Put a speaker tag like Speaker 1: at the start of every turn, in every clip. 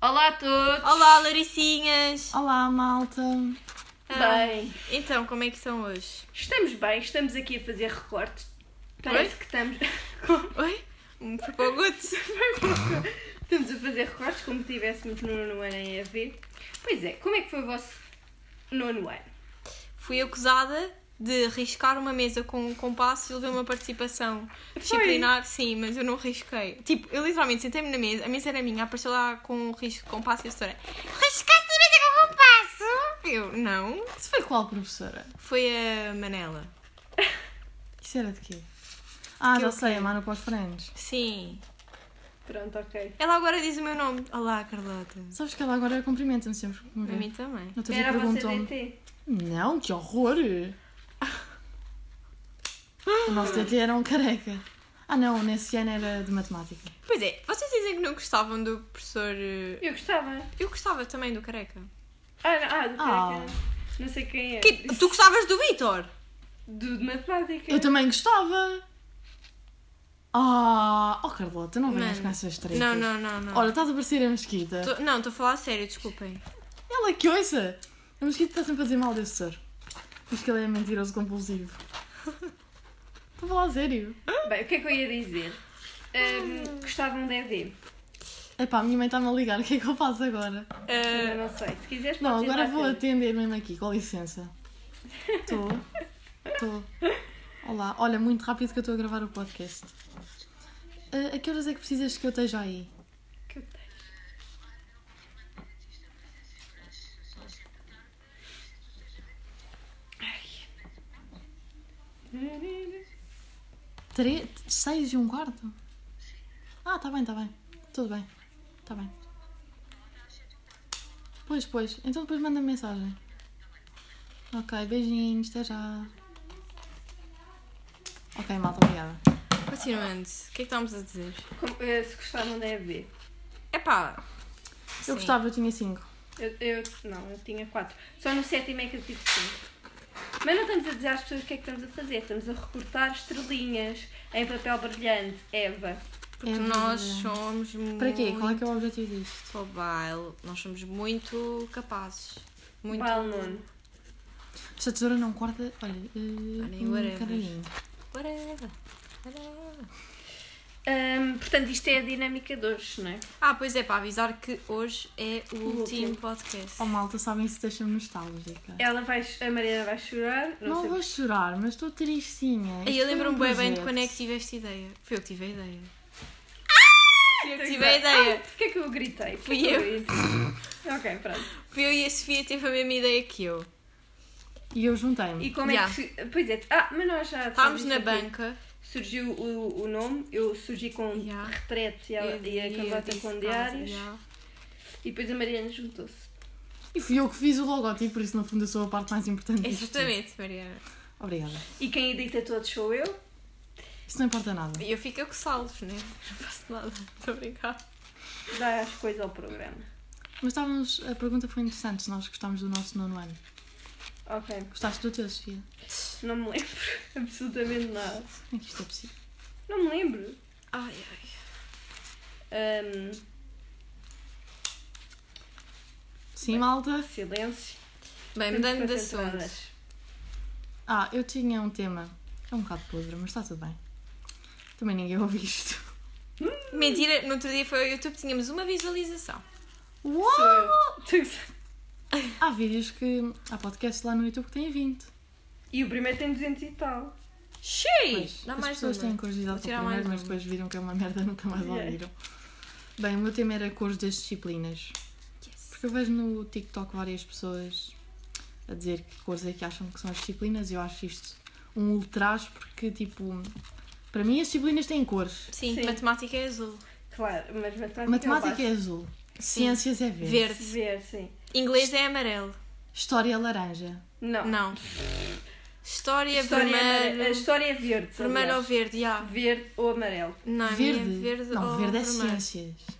Speaker 1: Olá a todos!
Speaker 2: Olá, Laricinhas!
Speaker 3: Olá, malta.
Speaker 1: Bem,
Speaker 2: Então, como é que são hoje?
Speaker 1: estamos bem, estamos aqui a fazer recortes. Parece que estamos.
Speaker 2: Oi? Um propósito?
Speaker 1: estamos a fazer recortes como se estivéssemos no nono ano em EV. Pois é, como é que foi o vosso nono ano?
Speaker 2: Fui acusada de riscar uma mesa com um compasso e levei uma participação disciplinar, sim, mas eu não risquei. Tipo, eu literalmente sentei-me na mesa, a mesa era minha, apareceu lá com um risco, compasso e a história. Riscaste a mesa com um compasso? Eu, não.
Speaker 3: Isso foi qual professora?
Speaker 2: Foi a Manela.
Speaker 3: Isso era de quê? Ah,
Speaker 2: Que é
Speaker 3: já
Speaker 2: o
Speaker 3: sei,
Speaker 2: quê?
Speaker 3: a Mano para os Frangos.
Speaker 2: Sim.
Speaker 1: Pronto, ok.
Speaker 2: Ela agora diz o meu nome. Olá, Carlota.
Speaker 3: Sabes que ela agora cumprimenta-me sempre que me
Speaker 2: A mim
Speaker 3: vê.
Speaker 2: também.
Speaker 3: No outro dia
Speaker 1: Era a vossa
Speaker 3: perguntou-me.
Speaker 1: DT.
Speaker 3: Não, que horror! O nosso TT era um careca. Ah não, nesse ano era de matemática.
Speaker 2: Pois é, vocês dizem que não gostavam do professor. eh,
Speaker 1: Eu gostava.
Speaker 2: Eu gostava também do careca.
Speaker 1: Ah, não, ah, do
Speaker 3: Ah.
Speaker 1: careca. Não sei quem é.
Speaker 2: Que- tu gostavas do Vitor?
Speaker 1: Do de matemática.
Speaker 3: Eu também gostava! Ah, oh Carlota, não venhas
Speaker 2: Mano.
Speaker 3: com essas três.
Speaker 2: Não, não, não, não.
Speaker 3: Olha, estás a parecer a mesquita.
Speaker 2: Tô- não, estou a falar a sério, desculpem.
Speaker 3: Ela que ouça! A mosquito está sempre a dizer mal desse soro. Diz que ele é mentiroso compulsivo. Estou a falar a sério.
Speaker 1: Bem, o que é que eu ia dizer? Ahm, gostavam de EV.
Speaker 3: Epá, a minha mãe está-me a ligar, o que é que eu faço agora?
Speaker 2: Ah,
Speaker 1: Eu não sei. Se quiseres,
Speaker 3: Não,
Speaker 1: podes ir
Speaker 3: agora
Speaker 1: lá
Speaker 3: vou
Speaker 1: ter.
Speaker 3: atender mesmo aqui, com licença. Estou. Estou. Olá, olha, muito rápido que eu estou a gravar o podcast. Ah, a que horas é que precisas que eu esteja aí?
Speaker 1: Que eu tenho. Ai.
Speaker 3: Tre... Seis e um quarto? Ah, tá bem, tá bem. Tudo bem. Tá bem. Pois, pois. Então depois manda -me mensagem. Ok, beijinhos, até já. Ok, malta, obrigada.
Speaker 2: continuando, o que é que estávamos a dizer?
Speaker 1: Como- eh, se gostavam da EV.
Speaker 2: Epá. sim.
Speaker 3: Eu gostava, eu tinha cinco.
Speaker 1: Eu, eu, não, eu tinha quatro. Só no sétimo é que eu tive cinco. Mas não estamos a dizer às pessoas o que é que estamos a fazer. Estamos a recortar estrelinhas em papel brilhante. Eva.
Speaker 2: Porque
Speaker 3: É
Speaker 2: nós
Speaker 3: verdade.
Speaker 2: somos muito.
Speaker 3: Para quê? Qual é que é o objetivo disto?
Speaker 2: Baile, nós somos muito capazes. Muito.
Speaker 1: Paulo Nuno.
Speaker 3: Se a tesoura não corta, olha, eh,
Speaker 2: Olha,
Speaker 3: um
Speaker 2: whatever.
Speaker 3: caralhinho.
Speaker 2: Whatever. Whatever.
Speaker 1: Ahm, portanto, isto é a dinâmica de hoje, não é?
Speaker 2: Ah, pois é, para avisar que hoje é o,
Speaker 1: último.
Speaker 2: último podcast.
Speaker 3: Oh malta, sabem se deixa-me nostálgica.
Speaker 1: Ela vai, a Mariana vai chorar. Não,
Speaker 3: Não
Speaker 1: sei.
Speaker 3: vou chorar, mas estou
Speaker 2: Aí
Speaker 3: tristinha. Isto
Speaker 2: eu
Speaker 3: foi
Speaker 1: Então,
Speaker 2: lembro-me
Speaker 3: um
Speaker 2: bem, bem de
Speaker 3: projeto.
Speaker 2: quando é que tive esta ideia. Foi eu que tive a ideia. Fui eu que
Speaker 1: Tenho
Speaker 2: tive a
Speaker 1: que-
Speaker 2: ideia.
Speaker 1: Ai, Porquê é que eu gritei?
Speaker 2: Fui
Speaker 1: Porquê que
Speaker 2: eu.
Speaker 1: gritei? ok, pronto.
Speaker 2: Fui eu e a Sofia teve a mesma ideia que eu.
Speaker 3: E eu juntei-me.
Speaker 1: E como
Speaker 2: Já.
Speaker 1: é que. se- Pois é, ah, mas nós já.
Speaker 2: Estávamos na
Speaker 1: sabes isto aqui.
Speaker 2: banca.
Speaker 1: Surgiu o, o nome, eu surgi com
Speaker 2: Já.
Speaker 1: retrato e, ela, e a
Speaker 2: eu
Speaker 1: Carlota
Speaker 2: disse,
Speaker 1: com
Speaker 2: "Ah,
Speaker 1: diários.
Speaker 2: já."
Speaker 1: E depois a Mariana juntou-se.
Speaker 3: E fui eu que fiz o logotipo, por isso no fundo eu sou a parte mais importante. disto.
Speaker 2: Exatamente, Mariana.
Speaker 3: Obrigada.
Speaker 1: E quem edita todos sou eu.
Speaker 3: Isso não importa nada.
Speaker 2: E eu fico a coçá-los, né? Não faço nada. Estou a brincar.
Speaker 1: Dá as coisas ao programa.
Speaker 3: Mas estávamos. A pergunta foi interessante, se nós gostámos do nosso nono ano.
Speaker 1: Ok,
Speaker 3: Gostaste do teu, Sofia?
Speaker 1: não me lembro absolutamente nada.
Speaker 3: Como é que isto é possível?
Speaker 1: Não me lembro.
Speaker 2: Ai, ai.
Speaker 1: Ahm,
Speaker 3: Sim, malta.
Speaker 1: silêncio.
Speaker 2: Bem,
Speaker 1: Temos
Speaker 2: É mudando de
Speaker 1: concentradas.
Speaker 2: assunto.
Speaker 3: Ah, eu tinha um tema. É um bocado podre, mas está tudo bem. Também ninguém ouve isto.
Speaker 2: Mentira, no outro dia foi ao YouTube, tínhamos uma visualização.
Speaker 3: Uau!
Speaker 1: Sou eu. Tu que sabes.
Speaker 3: Há vídeos que. Há podcasts lá no YouTube que têm 20.
Speaker 1: E o primeiro tem 200 e tal.
Speaker 2: Cheio!
Speaker 3: Pois,
Speaker 2: Dá
Speaker 3: as
Speaker 2: mais
Speaker 3: pessoas têm
Speaker 2: uma.
Speaker 3: curiosidade
Speaker 2: Vou tirar
Speaker 3: para o primeiro,
Speaker 2: mais
Speaker 3: mas
Speaker 2: uma.
Speaker 3: depois viram que é uma merda nunca mais lá
Speaker 1: Yeah.
Speaker 3: viram. Bem, o meu tema era cores das disciplinas.
Speaker 2: Yes.
Speaker 3: Porque eu vejo no TikTok várias pessoas a dizer que cores é que acham que são as disciplinas e eu acho isto um ultraje porque, tipo, para mim as disciplinas têm cores.
Speaker 2: Sim,
Speaker 1: Sim.
Speaker 2: matemática é azul.
Speaker 1: Claro, mas matemática,
Speaker 3: Matemática é
Speaker 1: é
Speaker 3: azul, ciências é verde,
Speaker 1: baixo.
Speaker 2: Verde.
Speaker 1: Ver, sim.
Speaker 2: Inglês é amarelo.
Speaker 3: história é laranja.
Speaker 1: Não.
Speaker 2: Não. História,
Speaker 1: História
Speaker 2: vermelho.
Speaker 1: amare- A história é verde.
Speaker 2: Vermelho ou
Speaker 1: aliás.
Speaker 2: verde, já.
Speaker 1: Verde ou amarelo.
Speaker 2: Não, a minha é
Speaker 3: verde?
Speaker 2: verde
Speaker 3: não,
Speaker 2: ou
Speaker 3: verde é
Speaker 2: vermelho.
Speaker 3: ciências.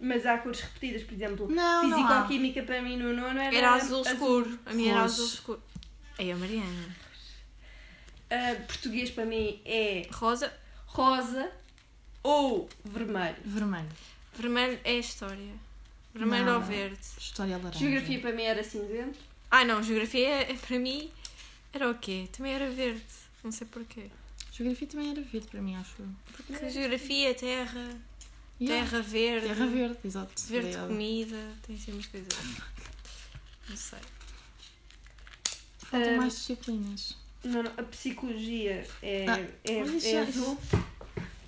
Speaker 1: Mas há cores repetidas, por exemplo.
Speaker 3: Não, não há.
Speaker 1: Físico-química para mim no nono era,
Speaker 2: Era azul escuro. A minha era
Speaker 3: Roxo.
Speaker 2: azul escuro.
Speaker 1: É,
Speaker 2: Aí a Mariana.
Speaker 1: Ah, português para mim é
Speaker 2: Rosa,
Speaker 1: rosa ou vermelho.
Speaker 3: Vermelho.
Speaker 2: vermelho é história. Vermelho
Speaker 3: Não,
Speaker 2: ou
Speaker 3: não.
Speaker 2: verde?
Speaker 3: História é laranja.
Speaker 1: Geografia para mim era cinzento.
Speaker 2: Ah, não, geografia eh, para mim era o quê? Também era verde. Não sei porquê.
Speaker 3: Geografia também era verde para mim, acho eu.
Speaker 2: Porque geografia, terra,
Speaker 3: Yeah.
Speaker 2: terra verde,
Speaker 3: Terra verde, exato.
Speaker 2: verde
Speaker 3: Obrigada.
Speaker 2: comida, tem sempre umas coisas. Não sei.
Speaker 3: Faltam
Speaker 1: Ah,
Speaker 3: mais disciplinas.
Speaker 1: Não, não, a psicologia é,
Speaker 3: Ah,
Speaker 1: é,
Speaker 3: mas isso
Speaker 1: é
Speaker 3: já-
Speaker 1: azul.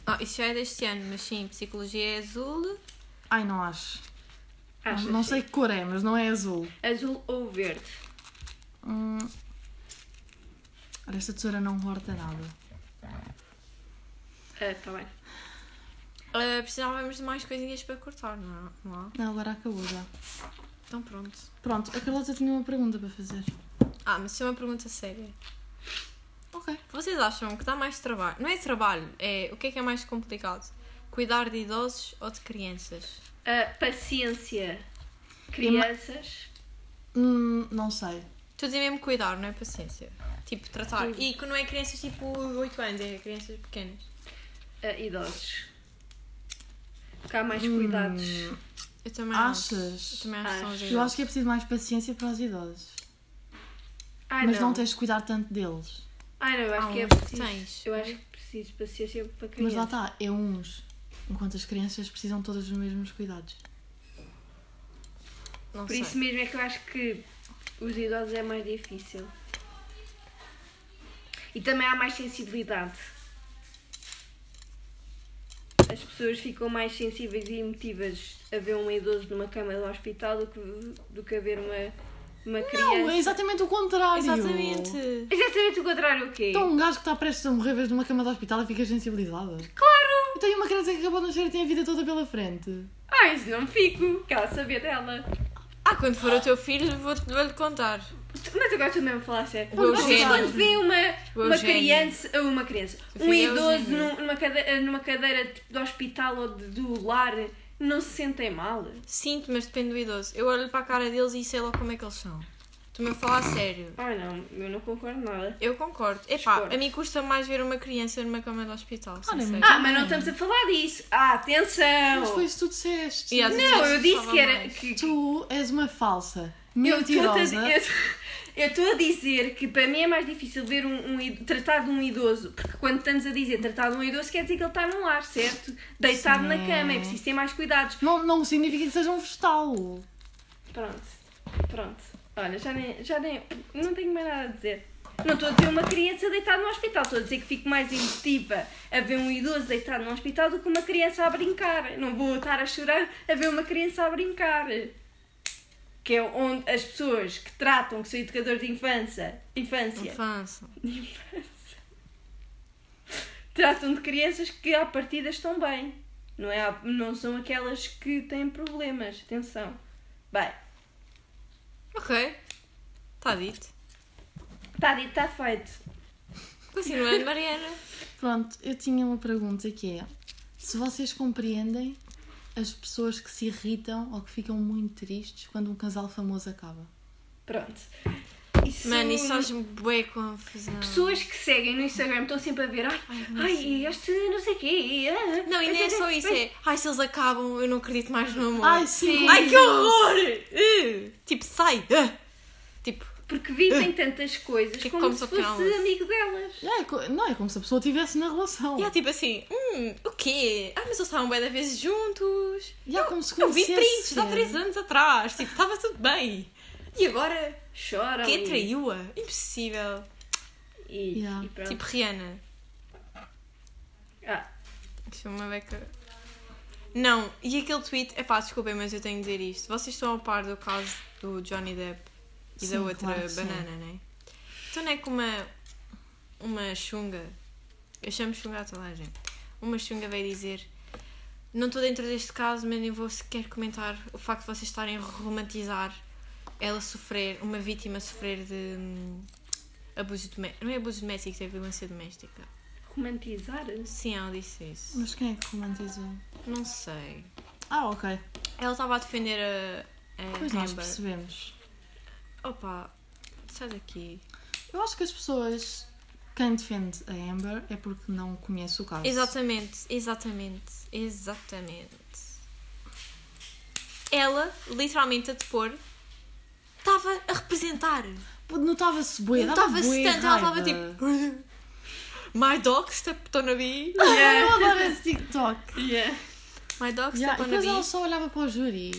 Speaker 2: Ah, isso já é deste ano, mas sim, psicologia é azul.
Speaker 3: Ai, não acho. Não-
Speaker 1: Achas?
Speaker 3: não sei que cor é, mas não é azul.
Speaker 1: Azul ou verde.
Speaker 3: Hum. Olha, esta tesoura não corta nada.
Speaker 1: Ah, tá bem.
Speaker 2: Ah, precisávamos de mais coisinhas para cortar, não há? Não há?
Speaker 3: Não, agora acabou já.
Speaker 2: Então pronto.
Speaker 3: Pronto, a Carlota tinha uma pergunta para fazer.
Speaker 2: Ah, mas isso é uma pergunta séria.
Speaker 3: Ok.
Speaker 2: Vocês acham que dá mais trabalho? Não é trabalho, é o que é que é mais complicado? Cuidar de idosos ou de crianças?
Speaker 1: Ah, paciência. Crianças.
Speaker 3: Hum, não sei.
Speaker 2: Estou a dizer mesmo cuidar, não é paciência. Tipo, tratar. E que não é crianças tipo 8 anos, é crianças pequenas.
Speaker 1: ah, idosos. Porque há mais cuidados.
Speaker 3: Hum,
Speaker 2: Eu também
Speaker 3: Achas?
Speaker 2: Acho, eu também acho, que são os
Speaker 1: Acho.
Speaker 3: eu
Speaker 2: idosos.
Speaker 3: acho que é preciso mais paciência para os idosos.
Speaker 1: Ai,
Speaker 3: mas
Speaker 1: não.
Speaker 3: não tens de cuidar tanto deles.
Speaker 1: Ai, não, eu acho
Speaker 2: Há
Speaker 1: que é
Speaker 2: uns que
Speaker 1: preciso.
Speaker 2: tens.
Speaker 1: Eu acho que preciso de paciência para
Speaker 3: Mas lá
Speaker 1: crianças.
Speaker 3: está, é uns. Enquanto as crianças precisam todas dos mesmos cuidados.
Speaker 2: Não
Speaker 1: Por
Speaker 2: sei.
Speaker 1: isso mesmo é que eu acho que os idosos é mais difícil. E também há mais sensibilidade. As pessoas ficam mais sensíveis e emotivas a ver um idoso numa cama do hospital do que, do que a ver uma, uma criança.
Speaker 3: Não, é exatamente o contrário.
Speaker 2: Exatamente.
Speaker 1: Exatamente o contrário, o quê?
Speaker 3: Então um gajo que está prestes a morrer vês numa cama de hospital e ficas sensibilizada.
Speaker 1: Claro!
Speaker 3: Eu tenho uma criança que acabou de nascer e tem a vida toda pela frente.
Speaker 1: Ah, isso não fico. Quero saber dela.
Speaker 2: Ah, quando for o teu filho, vou- vou-lhe contar.
Speaker 1: Mas eu gosto mesmo de falar sério.
Speaker 2: O
Speaker 1: Vocês
Speaker 2: Eugénio.
Speaker 1: quando vêem
Speaker 2: O
Speaker 1: uma, uma
Speaker 2: Eugénio.
Speaker 1: criança, uma criança,
Speaker 2: Eu
Speaker 1: um
Speaker 2: fui
Speaker 1: idoso
Speaker 2: Eugénio.
Speaker 1: num- numa cadeira, numa cadeira tipo, de hospital ou de, do lar, não se sentem mal?
Speaker 2: Sinto, mas depende do idoso. Eu olho para a cara deles e sei logo como é que eles são. Estou-me a falar a sério.
Speaker 1: Ai não, eu não concordo nada.
Speaker 2: Eu concordo. Epá,
Speaker 1: Discordo.
Speaker 2: a mim custa mais ver uma criança numa cama de hospital.
Speaker 3: Ah, nem
Speaker 2: sincero.
Speaker 3: muito.
Speaker 1: Ah, mas não estamos a falar disso. Ah, atenção!
Speaker 3: Mas foi isso que tu disseste.
Speaker 2: Yeah, tu
Speaker 1: Não, eu
Speaker 2: disseste
Speaker 1: disse que era.
Speaker 2: mais.
Speaker 1: Que, que-
Speaker 3: Tu és uma falsa.
Speaker 1: eu estou a,
Speaker 3: Mentirosa.
Speaker 1: eu- eu estou a dizer que para mim é mais difícil ver um, um id- tratar de um idoso, porque quando estamos a dizer tratar de um idoso quer dizer que ele está num lar, certo? Deitado na
Speaker 3: Sim.
Speaker 1: cama, é preciso ter mais cuidados.
Speaker 3: Não, não significa que seja um vegetal.
Speaker 1: Pronto, pronto. Olha, já nem, já nem. Não tenho mais nada a dizer. Não estou a dizer uma criança deitada no hospital, estou a dizer que fico mais emotiva a ver um idoso deitado no hospital do que uma criança a brincar. Não vou estar a chorar a ver uma criança a brincar. Que é onde as pessoas que tratam, que são educadores de infância, infância,
Speaker 2: Infância.
Speaker 1: tratam de crianças que à partida estão bem. Não, é, à- não são aquelas que têm problemas. Atenção. Bem,
Speaker 2: Ok. Está dito.
Speaker 1: está dito, está feito.
Speaker 2: Continuando, Mariana.
Speaker 3: Pronto, eu tinha uma pergunta que é: se vocês compreendem as pessoas que se irritam ou que ficam muito tristes quando um casal famoso acaba?
Speaker 1: Pronto. Isso-
Speaker 2: Mano, isso faz-me bué confusão.
Speaker 1: Pessoas que seguem no Instagram estão sempre a ver, ai, ai este não sei o quê. ah,
Speaker 2: Não, e nem é só isso, é. Ai, se eles acabam, eu não acredito mais no amor.
Speaker 3: Ai, sim!
Speaker 2: Ai, que horror! Uh, tipo, sai! Ah. Tipo,
Speaker 1: Porque vivem tantas coisas
Speaker 2: Que é
Speaker 1: como,
Speaker 2: como
Speaker 1: se
Speaker 2: só
Speaker 1: fosse
Speaker 2: pequenas.
Speaker 1: amigo delas.
Speaker 3: É, é co- não, é como se a pessoa estivesse na relação.
Speaker 2: e é tipo assim, hum, o quê? Ah, mas eles estavam bué da vezes juntos.
Speaker 3: E é como se
Speaker 2: Eu vi prints
Speaker 3: conhecessem.
Speaker 2: de há 3 anos atrás, tipo, estava tudo bem. E agora?
Speaker 1: Choram.
Speaker 2: Quem
Speaker 1: e-
Speaker 2: traiu-a? Impossível.
Speaker 1: E,
Speaker 3: Yeah.
Speaker 1: e pronto.
Speaker 2: Tipo, Rihanna.
Speaker 1: Ah,
Speaker 2: Deixa-me uma beca. Não, e aquele tweet. É pá, desculpem, mas eu tenho de dizer isto. Vocês estão ao par do caso do Johnny Depp e
Speaker 3: Sim,
Speaker 2: da outra
Speaker 3: claro que sim.
Speaker 2: banana, não é? Então não é que uma. Uma chunga. Eu chamo chunga a toda a gente. Uma chunga veio dizer. Não estou dentro deste caso, mas nem vou sequer comentar o facto de vocês estarem a romantizar ela sofrer, uma vítima sofrer de hum, abuso doméstico. Não é abuso doméstico, é violência doméstica.
Speaker 1: romantizar?
Speaker 2: Sim, ela disse isso.
Speaker 3: Mas quem é que romantizou?
Speaker 2: Não sei.
Speaker 3: Ah, ok.
Speaker 2: Ela estava a defender a, a
Speaker 3: Pois nós
Speaker 2: Amber.
Speaker 3: percebemos.
Speaker 2: Opa, sai daqui.
Speaker 3: Eu acho que as pessoas. Quem defende a Amber é porque não conhece o
Speaker 1: Ah.
Speaker 3: caso.
Speaker 2: Exatamente, exatamente, exatamente. ela, literalmente a depor, estava a representar.
Speaker 3: Notava-se boa,
Speaker 2: Notava-se tanto, ela estava tipo. My dog stepped on a bee.
Speaker 3: Eu adoro esse TikTok.
Speaker 1: Yeah.
Speaker 2: My dog
Speaker 3: Yeah,
Speaker 2: stepped
Speaker 3: e
Speaker 2: on a
Speaker 3: depois ela
Speaker 2: bee.
Speaker 3: só olhava para o júri.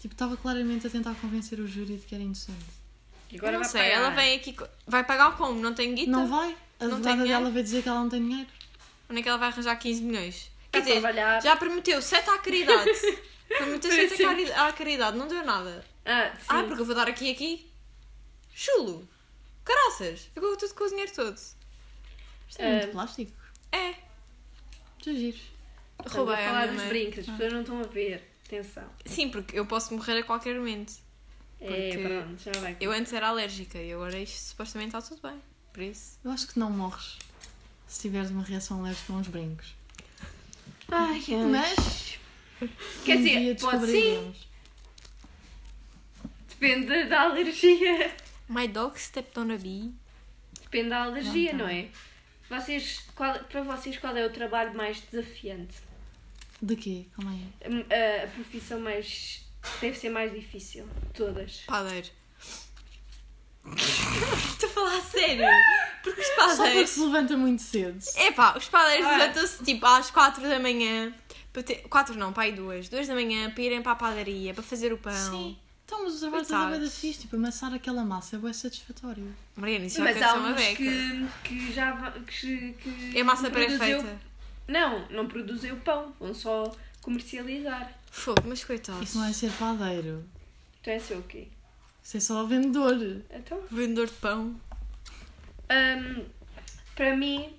Speaker 3: Tipo, estava claramente a tentar convencer o júri de que era inocente.
Speaker 1: E Agora
Speaker 2: não
Speaker 1: vai
Speaker 2: sei,
Speaker 1: pagar.
Speaker 2: ela vem aqui. co- Vai pagar como? Não tem guita?
Speaker 3: não vai? A
Speaker 2: Então, não tem
Speaker 3: advogada dela
Speaker 2: dinheiro?
Speaker 3: vai dizer que ela não tem dinheiro.
Speaker 2: Onde é que ela vai arranjar 15 milhões?
Speaker 1: Está a trabalhar.
Speaker 2: já prometeu 7 à caridade. prometeu 7 à cari- à caridade, não deu nada.
Speaker 1: Ah, sim.
Speaker 2: Ah, porque eu vou dar aqui e aqui. Chulo. Caraças. Ficou tudo com o dinheiro todo.
Speaker 3: Isto é
Speaker 2: Eh,
Speaker 3: muito
Speaker 1: Ah.
Speaker 3: plástico.
Speaker 2: É.
Speaker 3: Tu giros.
Speaker 1: Estamos
Speaker 2: Roubei
Speaker 1: a
Speaker 2: a
Speaker 1: falar
Speaker 2: minha
Speaker 1: dos
Speaker 2: mãe.
Speaker 1: brincos, as pessoas não estão a ver. Atenção.
Speaker 2: Sim, porque eu posso morrer a qualquer momento.
Speaker 1: É,
Speaker 2: Porque
Speaker 1: pronto, já vai.
Speaker 2: Eu antes era alérgica e agora isto supostamente está tudo bem. Por isso.
Speaker 3: Eu acho que não morres se tiveres uma reação leve com uns brincos.
Speaker 1: Ai,
Speaker 2: é
Speaker 3: Mas,
Speaker 1: Quer dizer,
Speaker 3: um dia
Speaker 1: pode sim,
Speaker 3: descobriremos.
Speaker 1: depende da alergia.
Speaker 2: My dog stepped on a bee.
Speaker 1: Depende da alergia, não,
Speaker 3: Não, tá.
Speaker 1: é? Vocês, qual- para vocês, qual é o trabalho mais desafiante?
Speaker 3: De quê? Calma aí.
Speaker 1: Hum, A, a profissão mais. deve ser mais difícil. de Todas.
Speaker 2: Padeiro. Estou a falar a sério. Porque os
Speaker 3: Só porque
Speaker 2: padeiros.
Speaker 3: se levanta muito cedo.
Speaker 2: Epá, os padeiros
Speaker 1: Ah.
Speaker 2: levantam-se tipo às 4 da manhã. Para ter... 4 não, pá, aí 2. 2 da manhã para irem para a padaria, para fazer o pão.
Speaker 3: Sim. Então, mas o trabalho está
Speaker 2: Coitados.
Speaker 3: bem da fixe. Tipo, amassar aquela massa é bem satisfatório.
Speaker 2: Mariana, isso já
Speaker 1: Mas
Speaker 2: deve
Speaker 1: há
Speaker 2: ser é uma
Speaker 1: uns
Speaker 2: beca.
Speaker 1: que, que já. va- Que, que
Speaker 2: É massa
Speaker 1: produziu-
Speaker 2: pré-feita.
Speaker 1: Não, não produzem o pão, vão só comercializar.
Speaker 2: Fogo, mas coitados.
Speaker 3: Isso não é ser padeiro.
Speaker 1: Então é ser o quê?
Speaker 3: Isso é só vendedor.
Speaker 1: Então.
Speaker 2: Vendedor de pão.
Speaker 1: hum, para mim.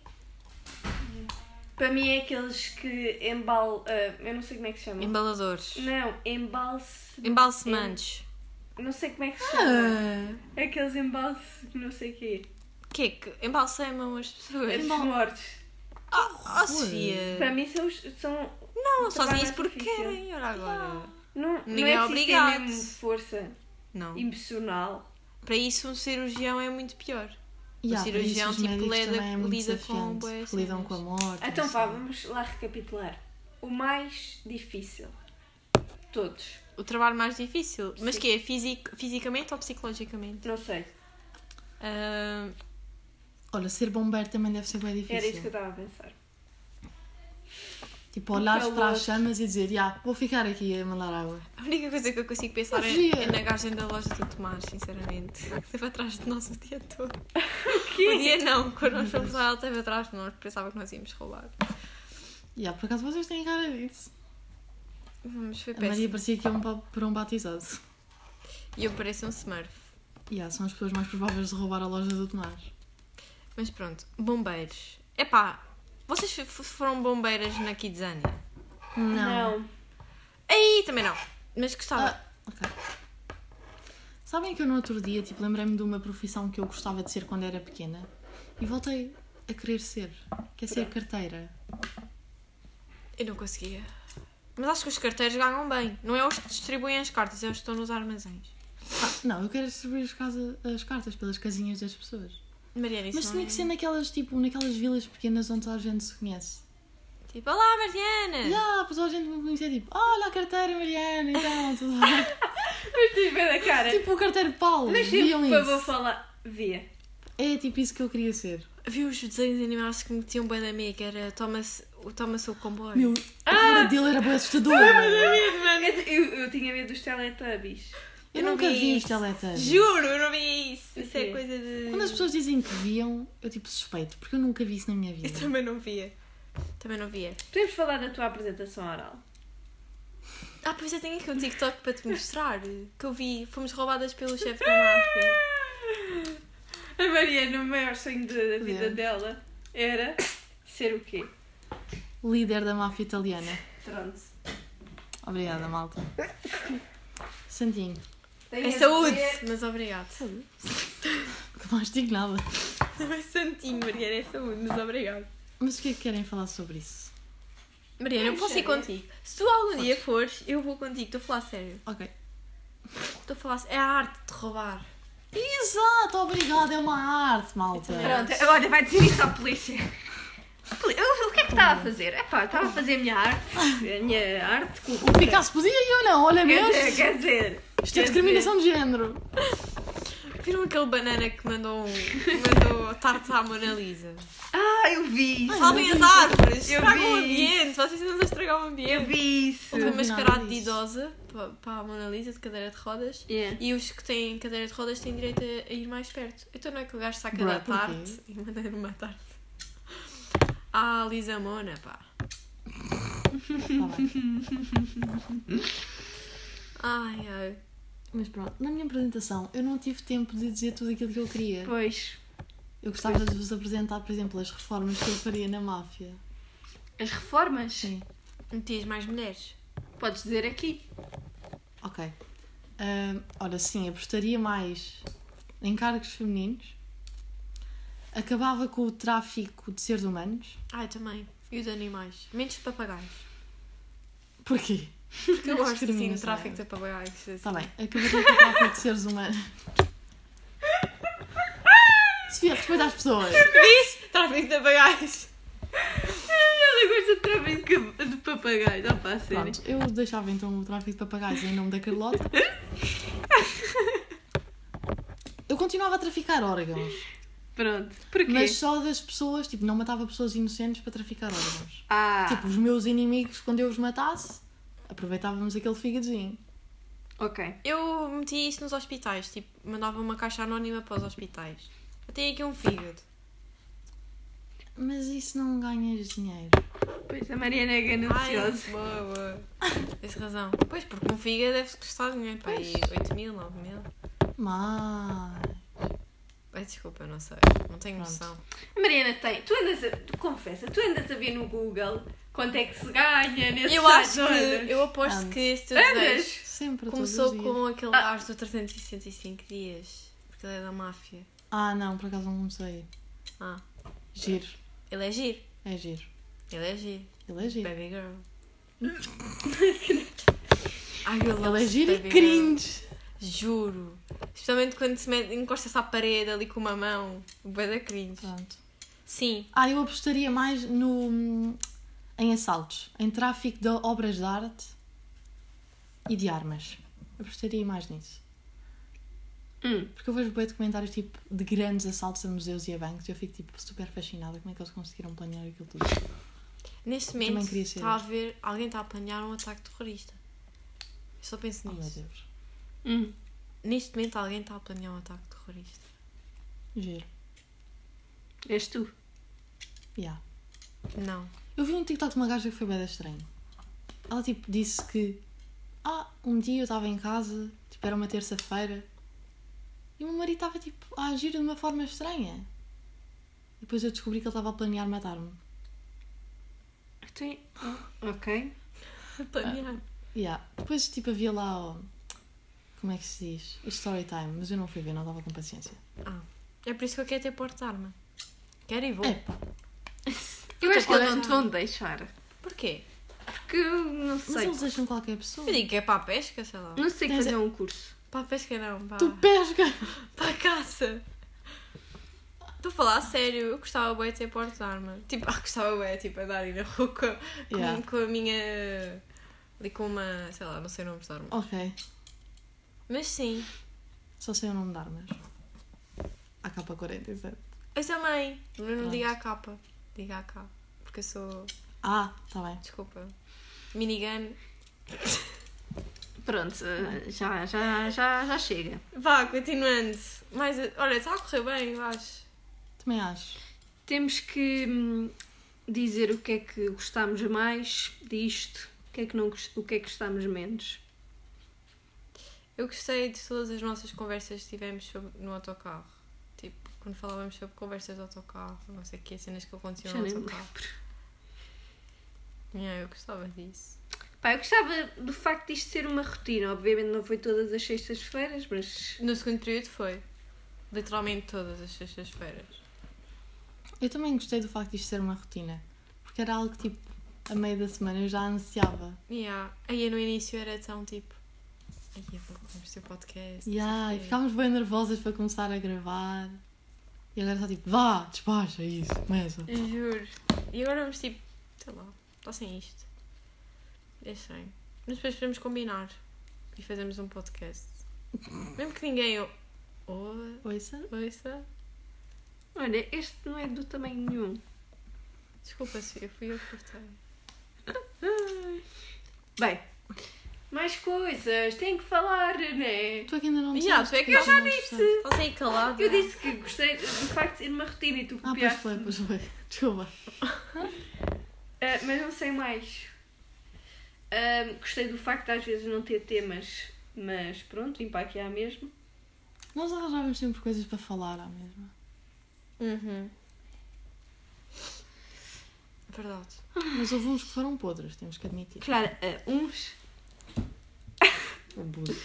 Speaker 1: Para mim é aqueles que embal. ah, eu não sei como é que se chama.
Speaker 2: Embaladores.
Speaker 1: Não, embalse.
Speaker 2: Embalsemantes.
Speaker 1: Não sei como é que se chama.
Speaker 3: Ah,
Speaker 1: Aqueles embalses que não sei o quê.
Speaker 2: O que é que embalsemam as pessoas?
Speaker 1: Os
Speaker 3: Embal-
Speaker 1: mortos.
Speaker 2: Ah, oh,
Speaker 3: horror.
Speaker 1: Para
Speaker 2: Sofia.
Speaker 1: mim são. os- são
Speaker 2: Não, só dizem
Speaker 1: trabalho
Speaker 2: isso porque
Speaker 1: difícil.
Speaker 2: querem. Olha agora.
Speaker 1: não, não
Speaker 2: Ninguém
Speaker 1: é
Speaker 2: é
Speaker 1: preciso ter
Speaker 2: obrigado.
Speaker 1: mesmo força
Speaker 2: Não.
Speaker 1: emocional.
Speaker 2: Para isso, um cirurgião é muito pior.
Speaker 3: yeah, por isso
Speaker 2: cirurgião,
Speaker 3: os
Speaker 2: tipo,
Speaker 3: médicos
Speaker 2: leda-
Speaker 3: também é muito
Speaker 2: lida com
Speaker 3: desafiante,
Speaker 2: bué
Speaker 3: porque lidam
Speaker 2: cenas.
Speaker 3: com a morte.
Speaker 1: Então
Speaker 3: não
Speaker 1: vá,
Speaker 3: sei.
Speaker 1: vamos lá recapitular. O mais difícil. Todos.
Speaker 2: O trabalho mais difícil. Mas que é? Fisic... Fisicamente ou psicologicamente?
Speaker 1: Não sei.
Speaker 2: Ah,
Speaker 3: Olha, ser bombeiro também deve ser bem difícil.
Speaker 1: Era isso que eu estava a pensar.
Speaker 3: Tipo,
Speaker 2: é
Speaker 3: olhares
Speaker 1: Aquela-
Speaker 3: para as chamas e dizer, já, vou ficar aqui a mandar água.
Speaker 2: a única coisa que eu consigo pensar é,
Speaker 3: Sofia.
Speaker 2: é na garagem da loja do Tomás, sinceramente. Esteve atrás de nós o dia todo. O dia não. Quando nós fomos lá, ele esteve atrás de nós. Pensava que nós íamos roubar.
Speaker 3: Já, por acaso vocês têm cara disso.
Speaker 2: Mas foi
Speaker 3: A Maria
Speaker 2: péssimo.
Speaker 3: parecia que ia um pa- para um batizado.
Speaker 2: E eu pareço um Smurf.
Speaker 3: Já, são as pessoas mais prováveis de roubar a loja do Tomás.
Speaker 2: Mas pronto, bombeiros. Epá, vocês f- f- foram bombeiras na Kidzania? Aí também não. Mas gostava.
Speaker 3: Ah, ok. Sabem que eu no outro dia, tipo, lembrei-me de uma profissão que eu gostava de ser quando era pequena e voltei a querer ser. Quer ser carteira. Ah.
Speaker 2: Eu não conseguia. Mas acho que os carteiros ganham bem. Não é os que distribuem as cartas, é os que estão nos armazéns.
Speaker 3: Ah, não, eu quero distribuir as, casa- as cartas pelas casinhas das pessoas.
Speaker 2: Mariana, isso
Speaker 3: Mas
Speaker 2: não
Speaker 3: tinha
Speaker 2: é...
Speaker 3: que ser naquelas, tipo, naquelas vilas pequenas onde toda a gente se conhece.
Speaker 2: Tipo, olá Mariana!
Speaker 3: Já, pois toda a gente me conhecia, tipo, olha a carteira Mariana, então, tudo bem.
Speaker 1: Mas tens bem da cara.
Speaker 3: Tipo o carteiro Paulo,
Speaker 1: Mas
Speaker 2: tipo,
Speaker 3: viam
Speaker 1: sempre que eu vou
Speaker 3: isso.
Speaker 1: falar. Via.
Speaker 3: É tipo isso que eu queria ser.
Speaker 2: Vi os desenhos animados que metiam bem da minha, que era Thomas, o Thomas o comboio.
Speaker 3: Meu,
Speaker 2: Ah!
Speaker 3: a cara dele era boa assustadora.
Speaker 2: é
Speaker 1: Eu, eu, eu tinha medo dos Teletubbies.
Speaker 3: Eu
Speaker 2: Eu não
Speaker 3: nunca
Speaker 2: vi
Speaker 3: vi os
Speaker 2: isso.
Speaker 3: teletubbies.
Speaker 2: Juro, eu não vi isso! Isso é
Speaker 1: Sim.
Speaker 2: coisa de...
Speaker 3: Quando as pessoas dizem que viam, eu tipo suspeito, porque eu nunca vi isso na minha
Speaker 2: Eu
Speaker 3: vida.
Speaker 2: também não via. Também não via.
Speaker 1: Podemos falar da tua apresentação oral.
Speaker 2: Ah, pois eu tenho aqui um TikTok para te mostrar. Que eu vi, fomos roubadas pelo chefe da máfia.
Speaker 1: A Mariana, o maior sonho de- da vida
Speaker 3: Yeah.
Speaker 1: dela era ser o quê?
Speaker 3: Líder da máfia italiana.
Speaker 1: Pronto.
Speaker 3: Obrigada, malta. Santinho,
Speaker 1: Tenho
Speaker 2: É
Speaker 1: a
Speaker 2: saúde,
Speaker 1: dizer-
Speaker 2: mas obrigado.
Speaker 3: que mais digo nada.
Speaker 2: Não é santinho, Mariana, é saúde, mas obrigado.
Speaker 3: Mas o que é que querem falar sobre isso?
Speaker 2: Mariana, eu
Speaker 1: Ai,
Speaker 2: posso ir
Speaker 1: sério?
Speaker 2: contigo. Se tu algum dia fores, eu vou contigo. Estou a falar sério.
Speaker 3: Ok.
Speaker 2: Estou a falar sério. É a arte de roubar.
Speaker 3: Exato, obrigada, é uma arte, malta.
Speaker 1: Pronto, olha, vai dizer isso à polícia.
Speaker 2: Poli- eu- O que é que
Speaker 1: que estava a fazer? É pá, estava a fazer a minha arte, a minha arte com
Speaker 3: O Picasso podia e eu não, olha
Speaker 1: Quer
Speaker 3: mesmo.
Speaker 1: dizer, quer dizer.
Speaker 3: Isto
Speaker 1: quer
Speaker 3: é discriminação de género.
Speaker 2: Viram aquele banana que mandou, um, mandou tarta à Mona Lisa?
Speaker 1: dizer. Ah, eu vi isso.
Speaker 2: Salvem as árvores,
Speaker 1: Eu
Speaker 2: estragam o
Speaker 1: vi.
Speaker 2: ambiente, vocês estão a estragar o
Speaker 1: Eu
Speaker 2: ambiente.
Speaker 1: vi isso.
Speaker 2: Houve
Speaker 3: Eu
Speaker 2: um
Speaker 3: vi nada
Speaker 2: mascarado de
Speaker 3: disso.
Speaker 2: idosa pa- para a Mona Lisa de cadeira de rodas
Speaker 1: Yeah.
Speaker 2: e os que têm cadeira de rodas têm direito a, a ir mais perto. Então não é que o gajo saca
Speaker 3: Bruh,
Speaker 2: da
Speaker 3: porquê?
Speaker 2: tarte e manda uma tarte. Ah, Lisa Mona, pá.
Speaker 3: Tá bem.
Speaker 2: Ai, ai.
Speaker 3: Mas pronto, na minha apresentação eu não tive tempo de dizer tudo aquilo que eu queria.
Speaker 1: Pois,
Speaker 3: Eu gostava de vos apresentar, por exemplo, as reformas que eu faria na máfia.
Speaker 1: as reformas,
Speaker 3: Sim.
Speaker 2: Metias mais mulheres.
Speaker 1: podes dizer aqui.
Speaker 3: Ok. Ahm, ora, sim, apostaria mais em cargos femininos. Acabava com o tráfico de seres humanos.
Speaker 2: Ai, também. E os animais. Menos de papagaios.
Speaker 3: Porquê?
Speaker 2: Porque eu gosto assim de
Speaker 3: Discriminação,
Speaker 2: tráfico de papagaios. Assim.
Speaker 3: Está Tá bem, acabaria com o tráfico de seres humanos. Sofia, respeita as pessoas.
Speaker 2: Diz tráfico de papagaios.
Speaker 1: Ela gosta de tráfico de papagaio, não pá, a sério.
Speaker 3: Pronto, eu deixava então o tráfico de papagaios em nome da Carlota. Eu continuava a traficar órgãos,
Speaker 1: Pronto. Porquê?
Speaker 3: mas só das pessoas, tipo, não matava pessoas inocentes para traficar órgãos.
Speaker 1: Ah,
Speaker 3: Tipo, os meus inimigos, quando eu os matasse, aproveitávamos aquele fígadozinho.
Speaker 1: ok.
Speaker 2: Eu meti isso nos hospitais. Tipo, mandava uma caixa anónima para os hospitais. Eu tenho aqui um fígado.
Speaker 3: Mas isso não ganhas dinheiro.
Speaker 1: Pois a Mariana é
Speaker 2: Ai,
Speaker 1: gananciosa.
Speaker 2: boa, boa. Tens razão. Pois, porque um fígado deve custar dinheiro. Pai,
Speaker 3: Pois.
Speaker 2: 8 mil, 9 mil.
Speaker 3: Mas.
Speaker 2: Ai, desculpa, eu não sei. Não tenho
Speaker 3: Pronto.
Speaker 2: noção.
Speaker 1: A Mariana tem. Tu andas a. Tu confessa, tu andas a ver no Google quanto é que se ganha nesse
Speaker 2: Eu acho
Speaker 1: site,
Speaker 2: que... Eu aposto
Speaker 3: Ando.
Speaker 2: que esse teu
Speaker 1: Andas?
Speaker 2: desejo
Speaker 3: Sempre
Speaker 2: começou
Speaker 3: todos os dias. Ah.
Speaker 2: com aquele gajo do 365 dias. Porque ele é da máfia.
Speaker 3: Ah, não, por acaso não comecei.
Speaker 2: Ah,
Speaker 3: Giro.
Speaker 2: ele é giro.
Speaker 3: É giro.
Speaker 2: Ele é giro.
Speaker 3: Ele é giro.
Speaker 2: Baby girl. Ai, eu
Speaker 3: Ele é giro e
Speaker 2: baby girl.
Speaker 3: cringe.
Speaker 2: Juro. Especialmente quando se mete, encosta-se à parede ali com uma mão. O bué da cringe.
Speaker 3: Pronto.
Speaker 2: Sim.
Speaker 3: Ah, eu apostaria mais no. hum, em assaltos, em tráfico de obras de arte e de armas. Apostaria mais nisso.
Speaker 1: Hum.
Speaker 3: Porque eu vejo bem documentários tipo de grandes assaltos a museus e a bancos e eu fico tipo super fascinada como é que eles conseguiram planear aquilo tudo.
Speaker 2: Neste
Speaker 3: Também
Speaker 2: momento
Speaker 3: queria ser.
Speaker 2: está a haver. Alguém está a planear um ataque terrorista. Eu só penso
Speaker 3: Oh meu
Speaker 2: nisso.
Speaker 3: Deus.
Speaker 1: Hum.
Speaker 2: Neste momento alguém está a planear um ataque terrorista.
Speaker 3: Giro.
Speaker 1: És tu.
Speaker 3: Yeah.
Speaker 2: Não.
Speaker 3: Eu vi um TikTok de uma gaja que foi bem estranho. Ela tipo disse que ah, um dia eu estava em casa, tipo era uma terça-feira, e o meu marido estava tipo a agir de uma forma estranha. E depois eu descobri que ele estava a planear matar-me.
Speaker 1: Tu- Oh, Ok. Então
Speaker 2: A planear.
Speaker 3: Yeah. Depois tipo havia lá o... como é que se diz? O story time, mas eu não fui ver, não estava com paciência.
Speaker 2: Ah. É por isso que eu quero ter porte de arma. Quero e vou.
Speaker 3: Epá,
Speaker 1: Eu acho que
Speaker 2: Olha-
Speaker 1: eles não te vão deixar.
Speaker 2: Porquê?
Speaker 1: Porque eu não
Speaker 3: mas
Speaker 1: sei.
Speaker 3: eles deixam qualquer pessoa.
Speaker 2: Eu digo que é para a pesca, sei lá.
Speaker 1: Não sei
Speaker 3: Mas
Speaker 1: fazer um curso.
Speaker 2: Para a pesca não, para,
Speaker 3: Hum? Tu pesca!
Speaker 2: para a caça. Estou a falar a sério, eu gostava bem de ter porte de arma. Tipo, ah, gostava bem, tipo, andar ali na rua com, com-
Speaker 3: Yeah.
Speaker 2: com a minha. ali com uma. sei lá, não sei o nome de arma.
Speaker 3: Ok,
Speaker 2: Mas sim,
Speaker 3: só sei o nome de armas. AK-47.
Speaker 2: eu também. Mas não
Speaker 3: Pronto.
Speaker 2: diga a capa. Diga a capa. Porque eu sou.
Speaker 3: Ah, tá bem.
Speaker 2: desculpa. Minigun.
Speaker 1: Pronto, eh, já, já, já, já chega.
Speaker 2: Vá, continuando. Mais. Olha, está a correr bem, eu acho.
Speaker 3: Também acho.
Speaker 1: Temos que hum, dizer o que é que gostámos mais disto, o que é que, não, gos- o que, é que gostámos menos.
Speaker 2: Eu gostei de todas as nossas conversas que tivemos sobre- no autocarro. Tipo, quando falávamos sobre conversas de autocarro, não sei o que, cenas que aconteciam
Speaker 1: Já
Speaker 2: no
Speaker 1: nem me
Speaker 2: autocarro.
Speaker 1: lembro.
Speaker 2: Yeah, eu gostava disso.
Speaker 1: Pá, eu gostava do facto de isto ser uma rotina. Obviamente não foi todas as sextas-feiras, mas.
Speaker 2: No segundo período foi. Literalmente todas as sextas-feiras.
Speaker 3: Eu também gostei do facto de isto ser uma rotina, porque era algo que, tipo, a meio da semana eu já ansiava.
Speaker 2: Yeah. Aí no início era tão tipo. Aí eu vou vamos ter podcast.
Speaker 3: E, ai, ficávamos bem nervosas para começar a gravar. E agora está tipo, vá, despacha isso, começa.
Speaker 2: Juro. E agora vamos tipo. Sei lá, está sem isto. É estranho. Mas depois podemos combinar e fazemos um podcast. Mesmo que ninguém ou- ouva,
Speaker 3: Ouça.
Speaker 2: ouça.
Speaker 1: Olha, este não é do tamanho nenhum.
Speaker 2: Desculpa, Sofia, fui eu que cortei.
Speaker 1: Bem, mais coisas, tem que falar, né?
Speaker 3: Tu é que ainda não
Speaker 2: Já,
Speaker 3: disseste
Speaker 2: tu é que
Speaker 3: porque
Speaker 2: eu já
Speaker 3: não
Speaker 2: disse.
Speaker 3: disseste.
Speaker 2: Estás aí calado. é?
Speaker 1: Eu disse que gostei do facto de ser uma rotina e tu
Speaker 3: Ah, pois
Speaker 1: copiaste.
Speaker 3: foi, pois foi. Desculpa.
Speaker 1: Ah, mas não sei mais. Ah, gostei do facto de às vezes não ter temas, mas pronto, vim para aqui à mesma.
Speaker 3: Nós arranjávamos sempre coisas para falar à mesma.
Speaker 2: Uhum. Verdade.
Speaker 3: Mas houve uns que foram podres, temos que admitir.
Speaker 1: Claro, ah, uns,
Speaker 3: Abuso.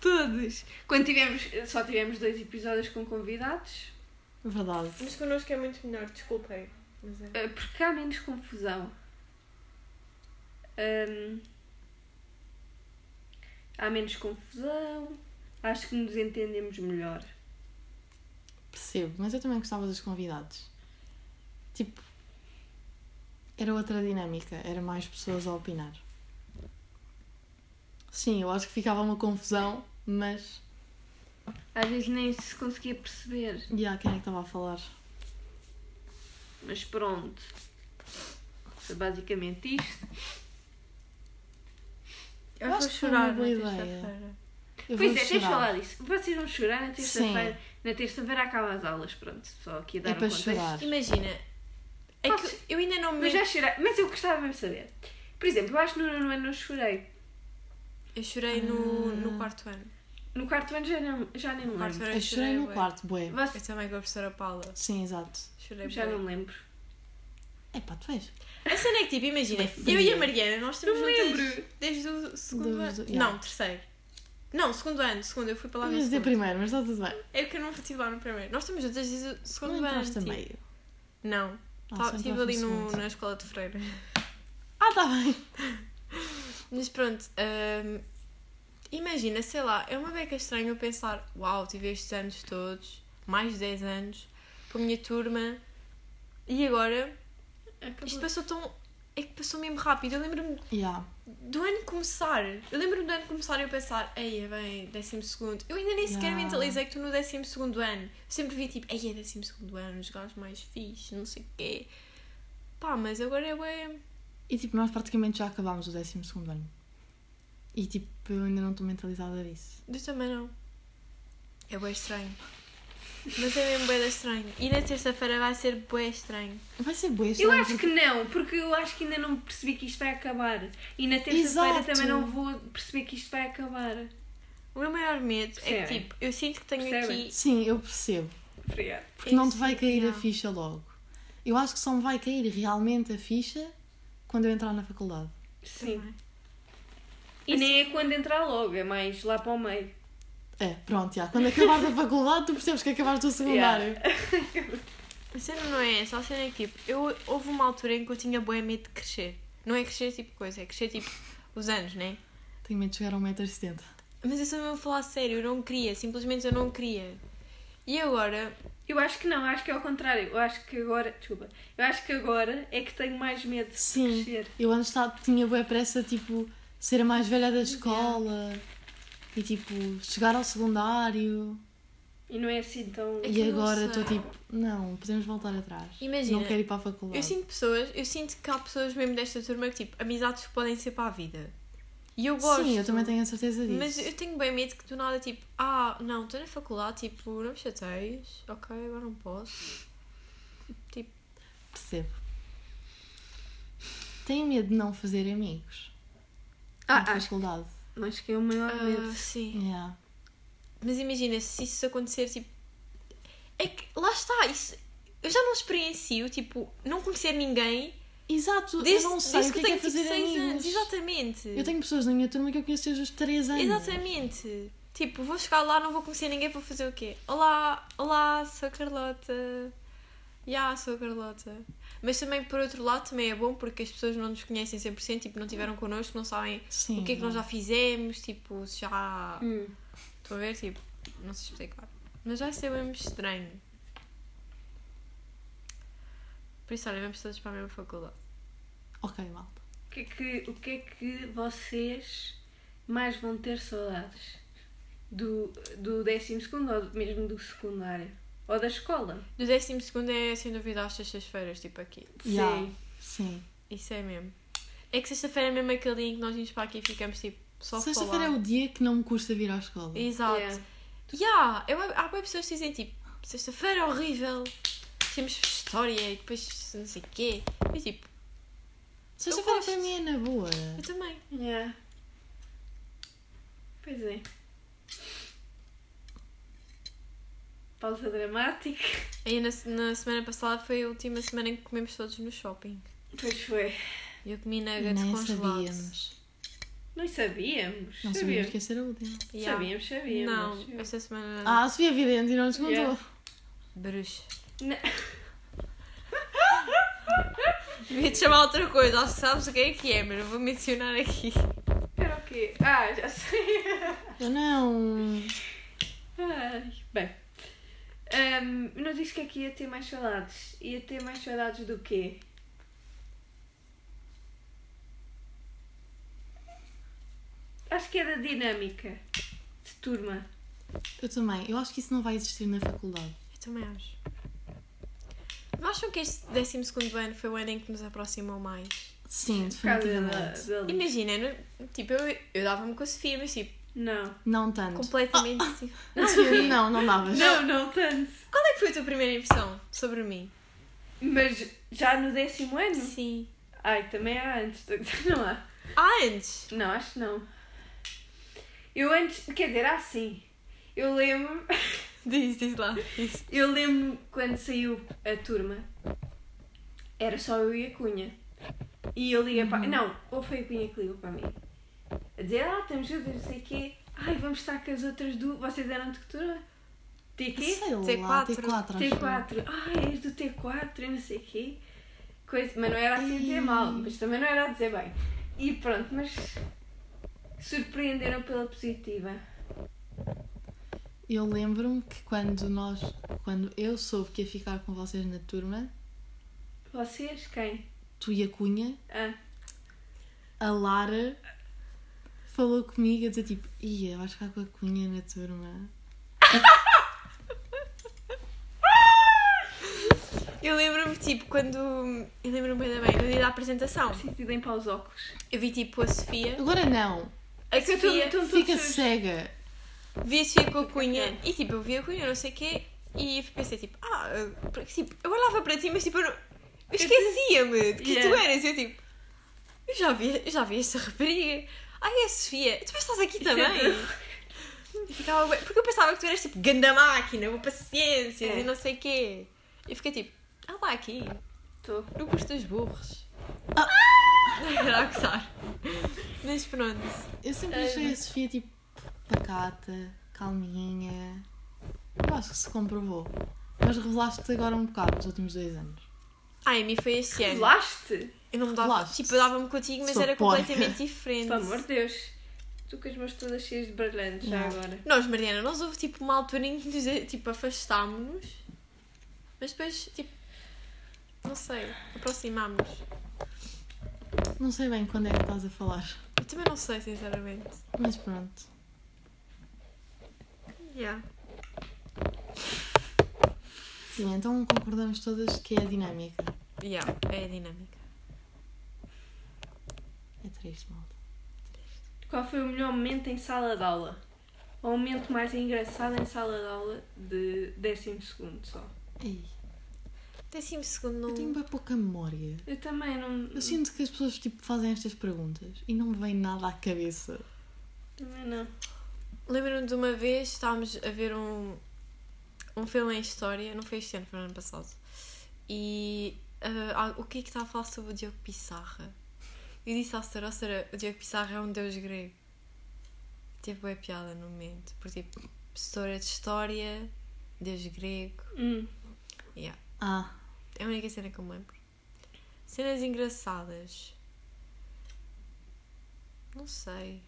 Speaker 1: todos. Quando tivemos, só tivemos dois episódios com convidados,
Speaker 3: Verdade.
Speaker 2: Mas connosco é muito melhor, desculpem. Mas é.
Speaker 1: ah, porque há menos confusão. Ahm, há menos confusão, acho que nos entendemos melhor.
Speaker 3: Percebo, mas eu também gostava dos convidados. Tipo, era outra dinâmica, era mais pessoas a opinar. Sim, eu acho que ficava uma confusão, mas.
Speaker 1: Às vezes nem se conseguia perceber,
Speaker 3: E há quem é que estava a falar?
Speaker 1: mas pronto. Foi basicamente isto.
Speaker 2: Eu
Speaker 3: acho
Speaker 2: acho
Speaker 3: que
Speaker 2: que
Speaker 3: foi uma
Speaker 2: chorar na
Speaker 3: boa ideia.
Speaker 2: terça-feira.
Speaker 3: Eu
Speaker 1: pois
Speaker 3: vou
Speaker 1: é, tens
Speaker 3: chorar.
Speaker 1: falado isso. Vocês vão chorar na terça-feira. Na terça-feira acabam as aulas, pronto. Só aqui a dar
Speaker 3: É
Speaker 1: um
Speaker 3: para
Speaker 1: contexto.
Speaker 3: chorar.
Speaker 2: Imagina. É
Speaker 1: Podes-
Speaker 2: que eu ainda não me.
Speaker 1: Mas já chorei. Mas eu gostava mesmo de saber. Por exemplo, eu acho que no nono ano eu chorei.
Speaker 2: Eu chorei no, no quarto ano.
Speaker 1: No quarto ano já, não, já nem me
Speaker 2: No quarto
Speaker 1: lembro.
Speaker 2: ano
Speaker 3: Ah. Eu chorei no
Speaker 2: bué.
Speaker 3: quarto, bué.
Speaker 1: Você,
Speaker 2: Eu também com a professora Paula.
Speaker 3: Sim, exato.
Speaker 2: Chorei
Speaker 1: já
Speaker 2: bué.
Speaker 1: não me lembro.
Speaker 3: É pá, tu vês?
Speaker 2: A cena é que, tipo, imagina,
Speaker 3: Sim.
Speaker 2: eu e a Mariana, nós estamos
Speaker 1: Não me
Speaker 2: juntas
Speaker 1: lembro.
Speaker 2: desde o segundo
Speaker 3: Do-
Speaker 2: ano.
Speaker 3: do- yeah.
Speaker 2: Não, terceiro. Não, segundo ano, segundo, eu fui para lá
Speaker 3: Eu
Speaker 2: no
Speaker 3: ia dizer
Speaker 2: segundo.
Speaker 3: primeiro, mas está tudo bem.
Speaker 2: É porque eu não estive lá no primeiro. Nós estamos juntas desde o
Speaker 3: Não
Speaker 2: segundo ano.
Speaker 3: entraste a
Speaker 2: tipo.
Speaker 3: meio.
Speaker 2: Não,
Speaker 3: Ah,
Speaker 2: Tá-
Speaker 3: só
Speaker 2: estive
Speaker 3: entraste
Speaker 2: ali no-
Speaker 3: segundo.
Speaker 2: na escola de freira.
Speaker 3: Ah, está bem.
Speaker 2: Mas pronto, hum, imagina, sei lá, é uma beca estranha eu pensar, uau, tive estes anos todos, mais de 10 anos, com a minha turma, e agora isto
Speaker 1: Acabou.
Speaker 2: passou tão. É que passou mesmo rápido. Eu lembro-me
Speaker 3: Yeah.
Speaker 2: do ano começar. Eu lembro-me do ano começar e eu pensar, ei, é bem, 12 segundo. Eu ainda nem sequer
Speaker 3: Ya.
Speaker 2: mentalizei que estou no 12 segundo ano. Eu sempre vi tipo, ei, é 12 segundo ano, os gajos mais fixe, não sei o quê. Pá, mas agora é bué.
Speaker 3: E tipo, nós praticamente já acabámos o 12 ano. E tipo, eu ainda não estou mentalizada disso.
Speaker 2: Eu também não. É bué estranho. Mas é mesmo bué da estranho. E na terça-feira vai ser bué estranho.
Speaker 3: Vai ser boa
Speaker 1: Eu acho que não, porque eu acho que ainda não percebi que isto vai acabar. E na terça-feira
Speaker 3: Exato.
Speaker 1: também não vou perceber que isto vai acabar.
Speaker 2: O meu maior medo é que
Speaker 1: Percebem?
Speaker 2: tipo, eu sinto que tenho
Speaker 1: Percebem?
Speaker 2: aqui.
Speaker 3: Sim, eu percebo.
Speaker 1: Obrigada.
Speaker 2: É
Speaker 3: Porque não te vai cair a
Speaker 2: Yeah.
Speaker 3: ficha logo. Eu acho que só me vai cair realmente a ficha quando eu entrar na faculdade.
Speaker 1: Sim.
Speaker 2: Também.
Speaker 1: E nem é quando entrar logo, é mais lá para o meio.
Speaker 3: É, pronto, já. Quando acabares a faculdade, tu percebes que acabaste o secundário.
Speaker 2: A cena não é essa, a cena é que tipo, eu, houve uma altura em que eu tinha bué medo de crescer. Não é crescer tipo coisa, é crescer tipo os anos, né?
Speaker 3: Tenho medo de chegar a 1,70m.
Speaker 2: Mas eu sou mesmo a falar sério, eu não queria, simplesmente eu não queria. E agora,
Speaker 1: Eu acho que não, acho que é ao contrário. Eu acho que agora, desculpa, eu acho que agora é que tenho mais medo de
Speaker 3: Sim.
Speaker 1: crescer.
Speaker 3: Eu antes tá- tinha boa pressa, tipo, ser a mais velha da escola. E tipo, chegar ao secundário.
Speaker 1: E não é assim tão.
Speaker 2: É que
Speaker 3: e
Speaker 2: eu não
Speaker 3: agora
Speaker 2: sei.
Speaker 3: estou tipo, não, podemos voltar atrás.
Speaker 2: Imagina,
Speaker 3: Não quero ir para a faculdade.
Speaker 2: eu sinto pessoas, eu sinto que há pessoas mesmo desta turma que tipo, amizades que podem ser para a vida. E eu gosto.
Speaker 3: Sim, eu também tenho a certeza disso.
Speaker 2: Mas eu tenho bem medo que do nada, tipo, ah, não, estou na faculdade, tipo, não me chateias, ok, agora não posso. Tipo,
Speaker 3: Percebo. Tenho medo de não fazer amigos. na
Speaker 1: Ah, acho,
Speaker 3: faculdade.
Speaker 1: acho que é o maior
Speaker 2: ah,
Speaker 1: medo.
Speaker 2: sim.
Speaker 3: Yeah.
Speaker 2: Mas imagina, se isso acontecer, tipo. É que lá está, isso. Eu já não experiencio, tipo, não conhecer ninguém
Speaker 3: Exato,
Speaker 2: desde,
Speaker 3: eu não sei
Speaker 2: desde
Speaker 3: o que é que é
Speaker 2: tipo,
Speaker 3: fazer
Speaker 2: seis
Speaker 3: amigos.
Speaker 2: anos. Exatamente.
Speaker 3: Eu tenho pessoas na minha turma que eu conheço desde os 3 anos.
Speaker 2: Exatamente. Tipo, vou chegar lá, não vou conhecer ninguém, vou fazer o quê? Olá, olá, sou a Carlota. Ya, sou a Carlota. Mas também, por outro lado, também é bom porque as pessoas não nos conhecem 100%, tipo, não tiveram connosco, não sabem
Speaker 3: Sim.
Speaker 2: o que é que nós já fizemos, tipo, se já...
Speaker 1: Hum.
Speaker 2: Estou a ver, tipo, não sei explicar. Mas vai ser mesmo estranho. Por isso, olha, vamos todos para a mesma faculdade.
Speaker 3: Ok, malta.
Speaker 1: O que, é que, o que é que vocês mais vão ter saudades? Do, do décimo segundo ou mesmo do secundário? Ou da escola?
Speaker 2: Do 12 segundo é sem dúvida às sextas-feiras, tipo aqui.
Speaker 3: Yeah.
Speaker 1: Sim.
Speaker 3: Sim.
Speaker 2: Isso é mesmo. É que sexta-feira é mesmo aquele dia em que nós vimos para aqui e ficamos tipo só a
Speaker 3: Sexta-feira é
Speaker 2: falar.
Speaker 3: o dia que não me custa vir à escola.
Speaker 2: Exato.
Speaker 1: Yeah.
Speaker 2: Yeah, eu, há bem pessoas que dizem tipo, sexta-feira é horrível, temos história e depois não sei o quê. Eu tipo,
Speaker 3: Sexta-feira
Speaker 2: eu
Speaker 3: para
Speaker 2: gosto.
Speaker 3: mim é na boa.
Speaker 2: eu também.
Speaker 1: Yeah. Pois é. Pausa dramática.
Speaker 2: Aí na, na semana passada foi a última semana em que comemos todos no shopping.
Speaker 1: Pois foi.
Speaker 2: E Eu comi
Speaker 3: Nem
Speaker 2: nuggets congelados.
Speaker 3: sabíamos.
Speaker 1: Nós sabíamos.
Speaker 3: Não sabíamos que ia ser a última.
Speaker 2: Yeah.
Speaker 1: Sabíamos, sabíamos.
Speaker 2: Não, essa semana
Speaker 3: Ah, a Sofia Vidente não nos contou.
Speaker 1: Yeah.
Speaker 2: bruxa.
Speaker 1: Não.
Speaker 2: Devia te chamar outra coisa, acho que sabes o que é que é, mas não vou mencionar aqui.
Speaker 1: Era o quê? Ah, já sei.
Speaker 3: Eu não.
Speaker 1: Ai, bem. Ahm, não disse que aqui ia ter mais saudades. Ia ter mais saudades do quê? Acho que é da dinâmica de turma.
Speaker 3: Eu também. Eu acho que isso não vai existir na faculdade.
Speaker 2: Eu também acho. Não acham que este 12 ano foi o ano em que nos aproximou mais?
Speaker 3: Sim,
Speaker 1: Por causa da,
Speaker 3: definitivamente.
Speaker 1: da lista.
Speaker 2: Imagina, no- tipo, eu, eu dava-me com a Sofia, mas tipo,
Speaker 1: Não.
Speaker 3: Não tanto.
Speaker 2: completamente. tipo-
Speaker 3: Não, não davas.
Speaker 1: Não, não tanto.
Speaker 2: Qual é que foi a tua primeira impressão sobre mim?
Speaker 1: Mas já no décimo ano?
Speaker 2: Sim.
Speaker 1: Ai, também há antes. Não há.
Speaker 2: Ah, antes!
Speaker 1: Não, acho que não. Eu antes. Quer dizer, há sim. Eu lembro.
Speaker 2: Diz, diz lá. Diz.
Speaker 1: Eu lembro quando saiu a turma, era só eu e a Cunha. E eu liguei
Speaker 3: Uhum.
Speaker 1: para. Não, ou foi a Cunha que ligou para mim. A dizer, ah, estamos juntas, não sei o quê. Ai, vamos estar com as outras do. Vocês eram de que turma? TQ?
Speaker 3: Sei lá,
Speaker 2: T4.
Speaker 3: T4. acho eu.
Speaker 1: T4. Ai, és do T4, não sei o quê. Coisa, mas não era assim a dizer mal, mas também não era a dizer bem. E pronto, mas surpreenderam pela positiva.
Speaker 3: Eu lembro-me que quando nós. Quando eu soube que ia ficar com vocês na turma,
Speaker 1: Vocês quem?
Speaker 3: tu e a Cunha,
Speaker 1: Ah,
Speaker 3: a Lara falou comigo a dizer tipo, ia, vais ficar com a Cunha na turma.
Speaker 2: Eu lembro-me, tipo, quando. Eu lembro-me ainda bem, no dia da apresentação,
Speaker 1: decidem para os óculos.
Speaker 2: eu vi, tipo, a Sofia.
Speaker 3: Agora não,
Speaker 2: A
Speaker 1: que eu tô-
Speaker 2: Sofia.
Speaker 1: tô- Estão
Speaker 3: fica
Speaker 1: todos sujos.
Speaker 3: cega.
Speaker 2: Vi a Sofia com a
Speaker 1: é.
Speaker 2: Cunha e, tipo, eu vi a Cunha, não sei o quê, e pensei, tipo, ah, eu- porque, tipo, eu olhava para ti, mas, tipo, eu, não- eu esquecia-me de que tu
Speaker 1: Yeah.
Speaker 2: eras. Eu, tipo, eu já vi, eu já vi esta rapariga. Ai, é a Sofia, tu estás aqui
Speaker 1: é
Speaker 2: também. E ficava, bué- porque eu pensava que tu eras, tipo, ganda máquina, boa paciência
Speaker 1: É.
Speaker 2: e não sei o quê. E fiquei, tipo, ah, lá aqui.
Speaker 1: Estou.
Speaker 2: No curso dos burros.
Speaker 1: Ah!
Speaker 2: Era a gozar. Mas pronto.
Speaker 3: Eu sempre achei a Sofia tipo pacata, calminha. Eu acho que se comprovou. Mas revelaste-te agora um bocado nos últimos dois anos.
Speaker 2: Ai, a mim foi este ano.
Speaker 1: Revelaste?
Speaker 2: Eu não me dava.
Speaker 3: Revelaste.
Speaker 2: Tipo, eu dava-me contigo, mas
Speaker 3: Sou
Speaker 2: era
Speaker 3: porca.
Speaker 2: completamente diferente.
Speaker 1: Pelo amor de Deus. Tu com as mãos todas cheias de brilhantes já agora.
Speaker 2: Nós, Mariana, nós houve tipo uma altura em que nos tipo, afastámos-nos, mas depois, tipo, não sei, aproximámos.
Speaker 3: Não sei bem quando é que estás a falar.
Speaker 2: Eu também não sei, sinceramente.
Speaker 3: Mas pronto.
Speaker 2: Yeah.
Speaker 3: Sim, então concordamos todas que é a dinâmica.
Speaker 2: Yeah, é a dinâmica.
Speaker 3: É triste, malta.
Speaker 1: Qual foi o melhor momento em sala de aula? Ou o momento mais engraçado em sala de aula de 12 segundo só?
Speaker 3: Ei,
Speaker 2: Décimo segundo não.
Speaker 3: É eu tenho bem pouca memória.
Speaker 1: Eu também não.
Speaker 3: Eu sinto que as pessoas tipo, fazem estas perguntas e não me vem nada à cabeça.
Speaker 1: Também não.
Speaker 2: Lembro-me de uma vez estávamos a ver um, um filme em história, não foi este ano, foi no ano passado. E ah, ah, o que é que estava a falar sobre o Diogo Pissarra? Eu disse à Sara, "Oh, Sara, o Diogo Pissarra é um deus grego. Teve boa piada no momento, porque tipo, professora de história, deus grego.
Speaker 1: Hum.
Speaker 2: Yeah.
Speaker 3: Ah,
Speaker 2: É a única cena que eu me lembro. Cenas engraçadas. Não sei.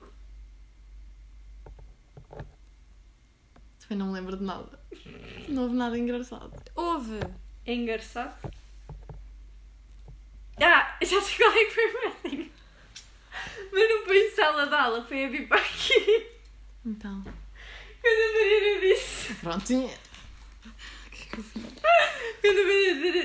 Speaker 3: também não me lembro de nada. Não houve nada engraçado.
Speaker 2: Houve!
Speaker 1: É engraçado? Ah! já sei qual é que foi a merda. Mas não foi em sala de aula, foi a vir para aqui.
Speaker 3: Então,
Speaker 1: Quando a Mariana disse.
Speaker 3: pronto. e- O que é que eu fiz?
Speaker 1: Quando a Mariana.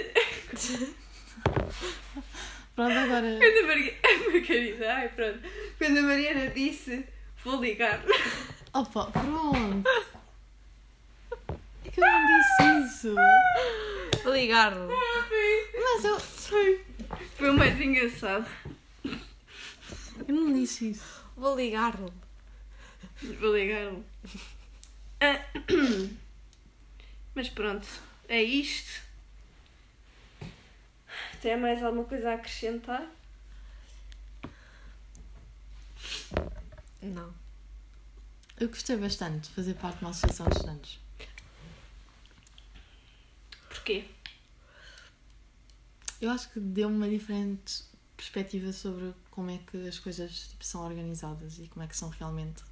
Speaker 3: Pronto, agora.
Speaker 1: Quando a Mariana. Margarida, é ai pronto. Quando a Mariana disse. Vou ligar.
Speaker 3: Opa, pronto. É que eu não disse isso.
Speaker 2: Vou ligar-lhe.
Speaker 1: Foi,
Speaker 3: Mas eu.
Speaker 1: foi. Foi o mais engraçado.
Speaker 3: Eu não disse isso.
Speaker 2: Vou ligar-lhe.
Speaker 1: Vou ligar-lhe. Ah, Mas pronto, é isto. Tem mais alguma coisa a acrescentar?
Speaker 2: Não.
Speaker 3: Eu gostei bastante de fazer parte de uma associação de estudantes.
Speaker 1: Porquê?
Speaker 3: Eu acho que deu-me uma diferente perspectiva sobre como é que as coisas tipo, são organizadas e como é que são realmente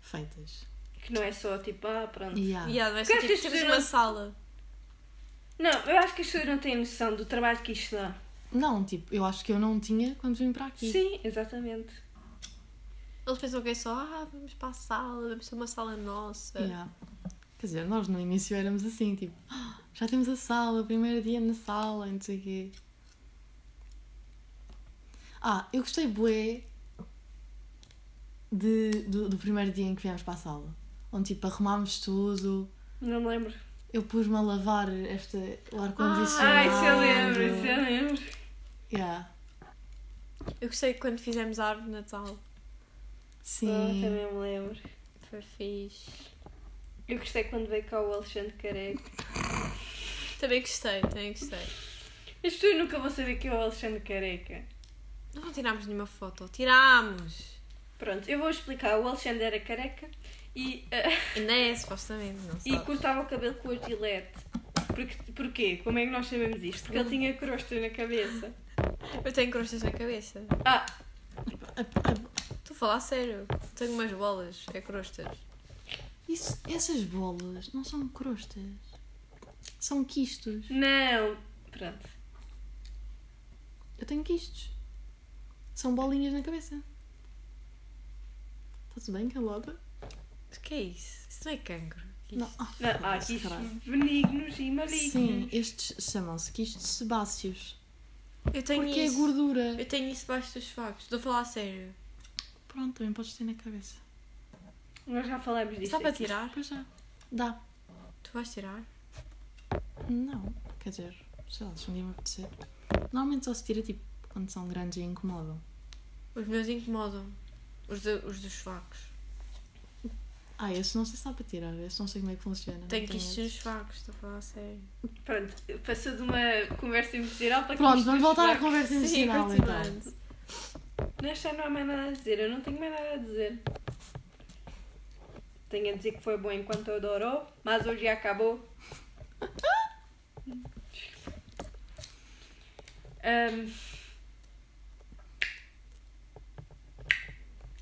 Speaker 3: feitas.
Speaker 1: Que não é só tipo, ah, pronto.
Speaker 3: E há-
Speaker 2: E yeah, vai
Speaker 1: Porque
Speaker 2: ser
Speaker 1: acho
Speaker 2: tipo,
Speaker 1: que as
Speaker 2: temos
Speaker 1: pessoas
Speaker 2: uma sala.
Speaker 1: Não, eu acho que as pessoas não têm noção do trabalho que isto dá.
Speaker 3: Não, tipo, eu acho que eu não tinha quando vim para aqui.
Speaker 1: Sim, exatamente.
Speaker 2: Eles pensam que é só, ah, vamos para a sala, vamos ter uma sala nossa.
Speaker 3: Yeah. Quer dizer, nós no início éramos assim, tipo, "Ah, já temos a sala, primeiro dia na sala, e não sei o quê. Ah, eu gostei bué de, do, do primeiro dia em que viemos para a sala. Onde, tipo, arrumámos tudo.
Speaker 1: Não me lembro.
Speaker 3: Eu pus-me a lavar esta, o ar-condicionado.
Speaker 1: Ai, se Ah, eu lembro, se eu lembro.
Speaker 3: Yeah.
Speaker 2: Eu gostei quando fizemos a árvore de Natal.
Speaker 1: Ah,
Speaker 3: Sim.
Speaker 1: também me lembro.
Speaker 2: Foi fixe.
Speaker 1: Eu gostei quando veio cá o Alexandre Careca.
Speaker 2: Também gostei, também gostei.
Speaker 1: As pessoas nunca vão saber que é o Alexandre Careca.
Speaker 2: Nós não tirámos nenhuma foto. Tirámos!
Speaker 1: Pronto, eu vou explicar. O Alexandre era careca e, ah,
Speaker 2: Ainda é, supostamente, não
Speaker 1: e
Speaker 2: sabes.
Speaker 1: cortava o cabelo com a gilete. Porque, porquê? Como é que nós chamamos isto? Porque ele tinha crosta na cabeça.
Speaker 2: Eu tenho crostas na cabeça.
Speaker 1: Ah,
Speaker 2: Estou a falar sério. Tenho umas bolas, é crostas.
Speaker 3: Isso, essas bolas não são crostas. São quistos.
Speaker 1: não! Pronto.
Speaker 3: Eu tenho quistos. São bolinhas na cabeça. Está-se bem, calota?
Speaker 2: O que é isso? Isso não é cancro. Que
Speaker 3: Não.
Speaker 2: isso?
Speaker 3: Ah,
Speaker 1: Não, há
Speaker 3: foda-se,
Speaker 1: aqui
Speaker 3: caralho.
Speaker 1: benignos e malignos.
Speaker 3: Sim, estes chamam-se quistos sebáceos.
Speaker 2: Eu tenho
Speaker 3: porque
Speaker 2: isso.
Speaker 3: é gordura.
Speaker 2: Eu tenho isso debaixo dos facos. Estou a falar sério.
Speaker 3: Pronto, também podes ter na cabeça.
Speaker 1: Nós já falámos disto.
Speaker 2: Só para
Speaker 1: aqui.
Speaker 2: tirar?
Speaker 3: Pois já. Dá.
Speaker 2: Tu vais tirar?
Speaker 3: Não. Quer dizer, sei lá, se um dia me apetecer. Normalmente só se tira tipo quando são grandes e incomodam.
Speaker 2: Os meus incomodam. Os, do- os dos facos.
Speaker 3: Ah, esses não sei se dá para tirar. Esses não sei como é que funciona. não
Speaker 2: Tenho que isto
Speaker 3: esses.
Speaker 2: nos facos, estou a falar sério.
Speaker 1: Pronto, passou de uma conversa emocional para
Speaker 3: Pronto,
Speaker 1: isto
Speaker 3: vamos
Speaker 1: nos
Speaker 3: voltar à
Speaker 1: barcos.
Speaker 3: conversa emocional então.
Speaker 2: continuando.
Speaker 1: Nesta não há mais nada a dizer, eu não tenho mais nada a dizer. Tenho a dizer que foi bom enquanto eu durou, mas hoje acabou. Ahm,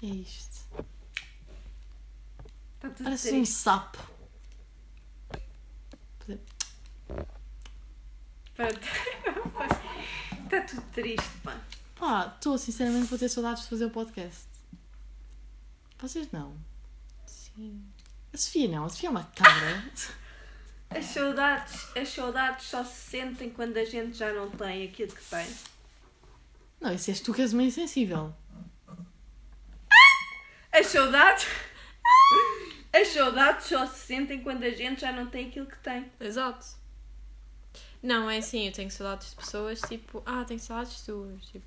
Speaker 3: É isto.
Speaker 1: tá tudo
Speaker 3: Parece um
Speaker 1: certo.
Speaker 3: sapo.
Speaker 1: Pronto. Está Tá tudo triste, pá.
Speaker 3: Pá, estou sinceramente vou ter saudades de fazer o podcast. Vocês não.
Speaker 2: Sim.
Speaker 3: A Sofia não, a Sofia é uma cabra.
Speaker 1: As saudades, as saudades só se sentem quando a gente já não tem aquilo que tem.
Speaker 3: não, esse és tu que és uma insensível.
Speaker 1: As saudades. As saudades só se sentem quando a gente já não tem aquilo que tem.
Speaker 2: Exato. Não, é assim, eu tenho saudades de pessoas, tipo, ah, tenho saudades tuas. Tipo,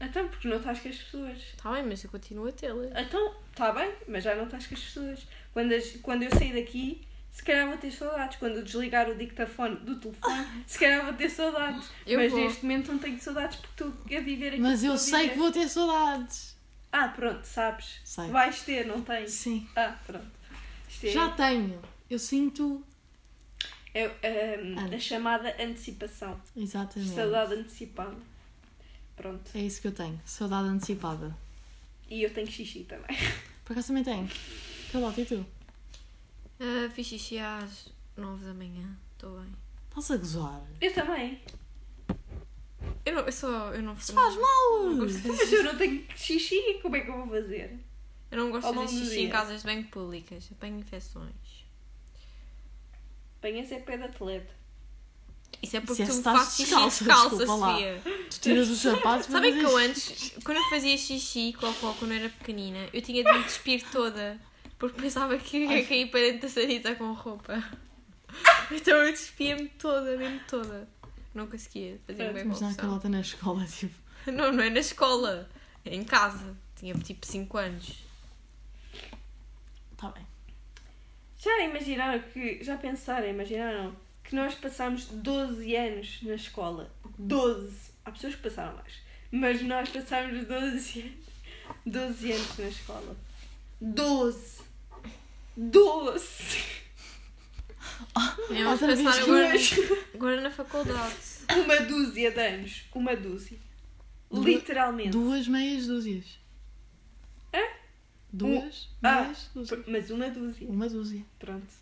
Speaker 1: Então, porque não estás com as pessoas.
Speaker 2: tá bem, mas eu continuo a tê-las.
Speaker 1: Então, está bem, mas já não estás com as pessoas. Quando, as- quando eu sair daqui, se calhar vou ter saudades. Quando eu desligar o dictafone do telefone, se calhar vou ter saudades.
Speaker 2: Eu
Speaker 1: mas
Speaker 2: vou.
Speaker 1: neste momento não tenho saudades porque estou a viver aqui.
Speaker 3: Mas eu sei que vou ter saudades.
Speaker 1: Ah, pronto, sabes.
Speaker 3: Sei.
Speaker 1: Vais ter, não tens?
Speaker 3: Sim.
Speaker 1: Ah, pronto. Isto é,
Speaker 3: Já tenho. Eu sinto.
Speaker 1: é, ahm, a
Speaker 3: Antes.
Speaker 1: chamada antecipação.
Speaker 3: Exatamente.
Speaker 1: Saudade antecipada. Pronto.
Speaker 3: É isso que eu tenho. Saudade antecipada.
Speaker 1: E eu tenho xixi também.
Speaker 3: Por acaso também tenho. Calota, e tu?
Speaker 2: Ah, fiz xixi às 9 da manhã, estou bem.
Speaker 3: Estás a gozar.
Speaker 1: Eu também.
Speaker 2: Eu não, eu só, eu não faço.
Speaker 3: Faz mal!
Speaker 2: Não gosto de fazer
Speaker 1: Mas eu não tenho xixi, como é que eu vou fazer?
Speaker 2: Eu não gosto
Speaker 1: Ao
Speaker 2: de fazer
Speaker 1: longo do
Speaker 2: xixi em
Speaker 1: dia.
Speaker 2: casas de banho públicas. Apanho infecções.
Speaker 1: Apanha-se é pé de atleta.
Speaker 2: Isso é
Speaker 3: Isso
Speaker 2: porque
Speaker 3: é
Speaker 2: tu
Speaker 3: se estás
Speaker 2: fazes xixi
Speaker 3: descalça,
Speaker 2: descalça,
Speaker 3: desculpa lá.
Speaker 2: Sofia.
Speaker 3: Tu tiras os sapatos mas
Speaker 2: Sabem que eu
Speaker 3: deixa-
Speaker 2: antes, quando eu fazia xixi e cocó, quando eu era pequenina, eu tinha de me despir toda. Porque pensava que ia cair para dentro da sanita com roupa. Então eu despia-me toda, mesmo toda. Não conseguia fazer bem
Speaker 3: Mas é naquela
Speaker 2: confusão.
Speaker 3: alta na escola, tipo.
Speaker 2: Não, não é na escola. É em casa. Tinha tipo 5 anos.
Speaker 3: Tá bem.
Speaker 1: Já imaginaram que. Já pensaram, imaginaram que nós passámos 12 anos na escola? 12! Há pessoas que passaram mais. Mas nós passámos 12 anos. 12 anos na escola. 12! 12!
Speaker 3: Ah,
Speaker 2: Eu vou
Speaker 3: Outra vez
Speaker 2: pensar
Speaker 3: que
Speaker 2: agora, agora na faculdade.
Speaker 1: Uma dúzia de anos. Uma dúzia. Literalmente.
Speaker 3: Duas meias dúzias.
Speaker 2: É?
Speaker 1: Hã?
Speaker 3: Duas
Speaker 2: Um.
Speaker 1: Ah.
Speaker 3: meias dúzias.
Speaker 1: Mas uma dúzia.
Speaker 3: Uma dúzia,
Speaker 1: Pronto.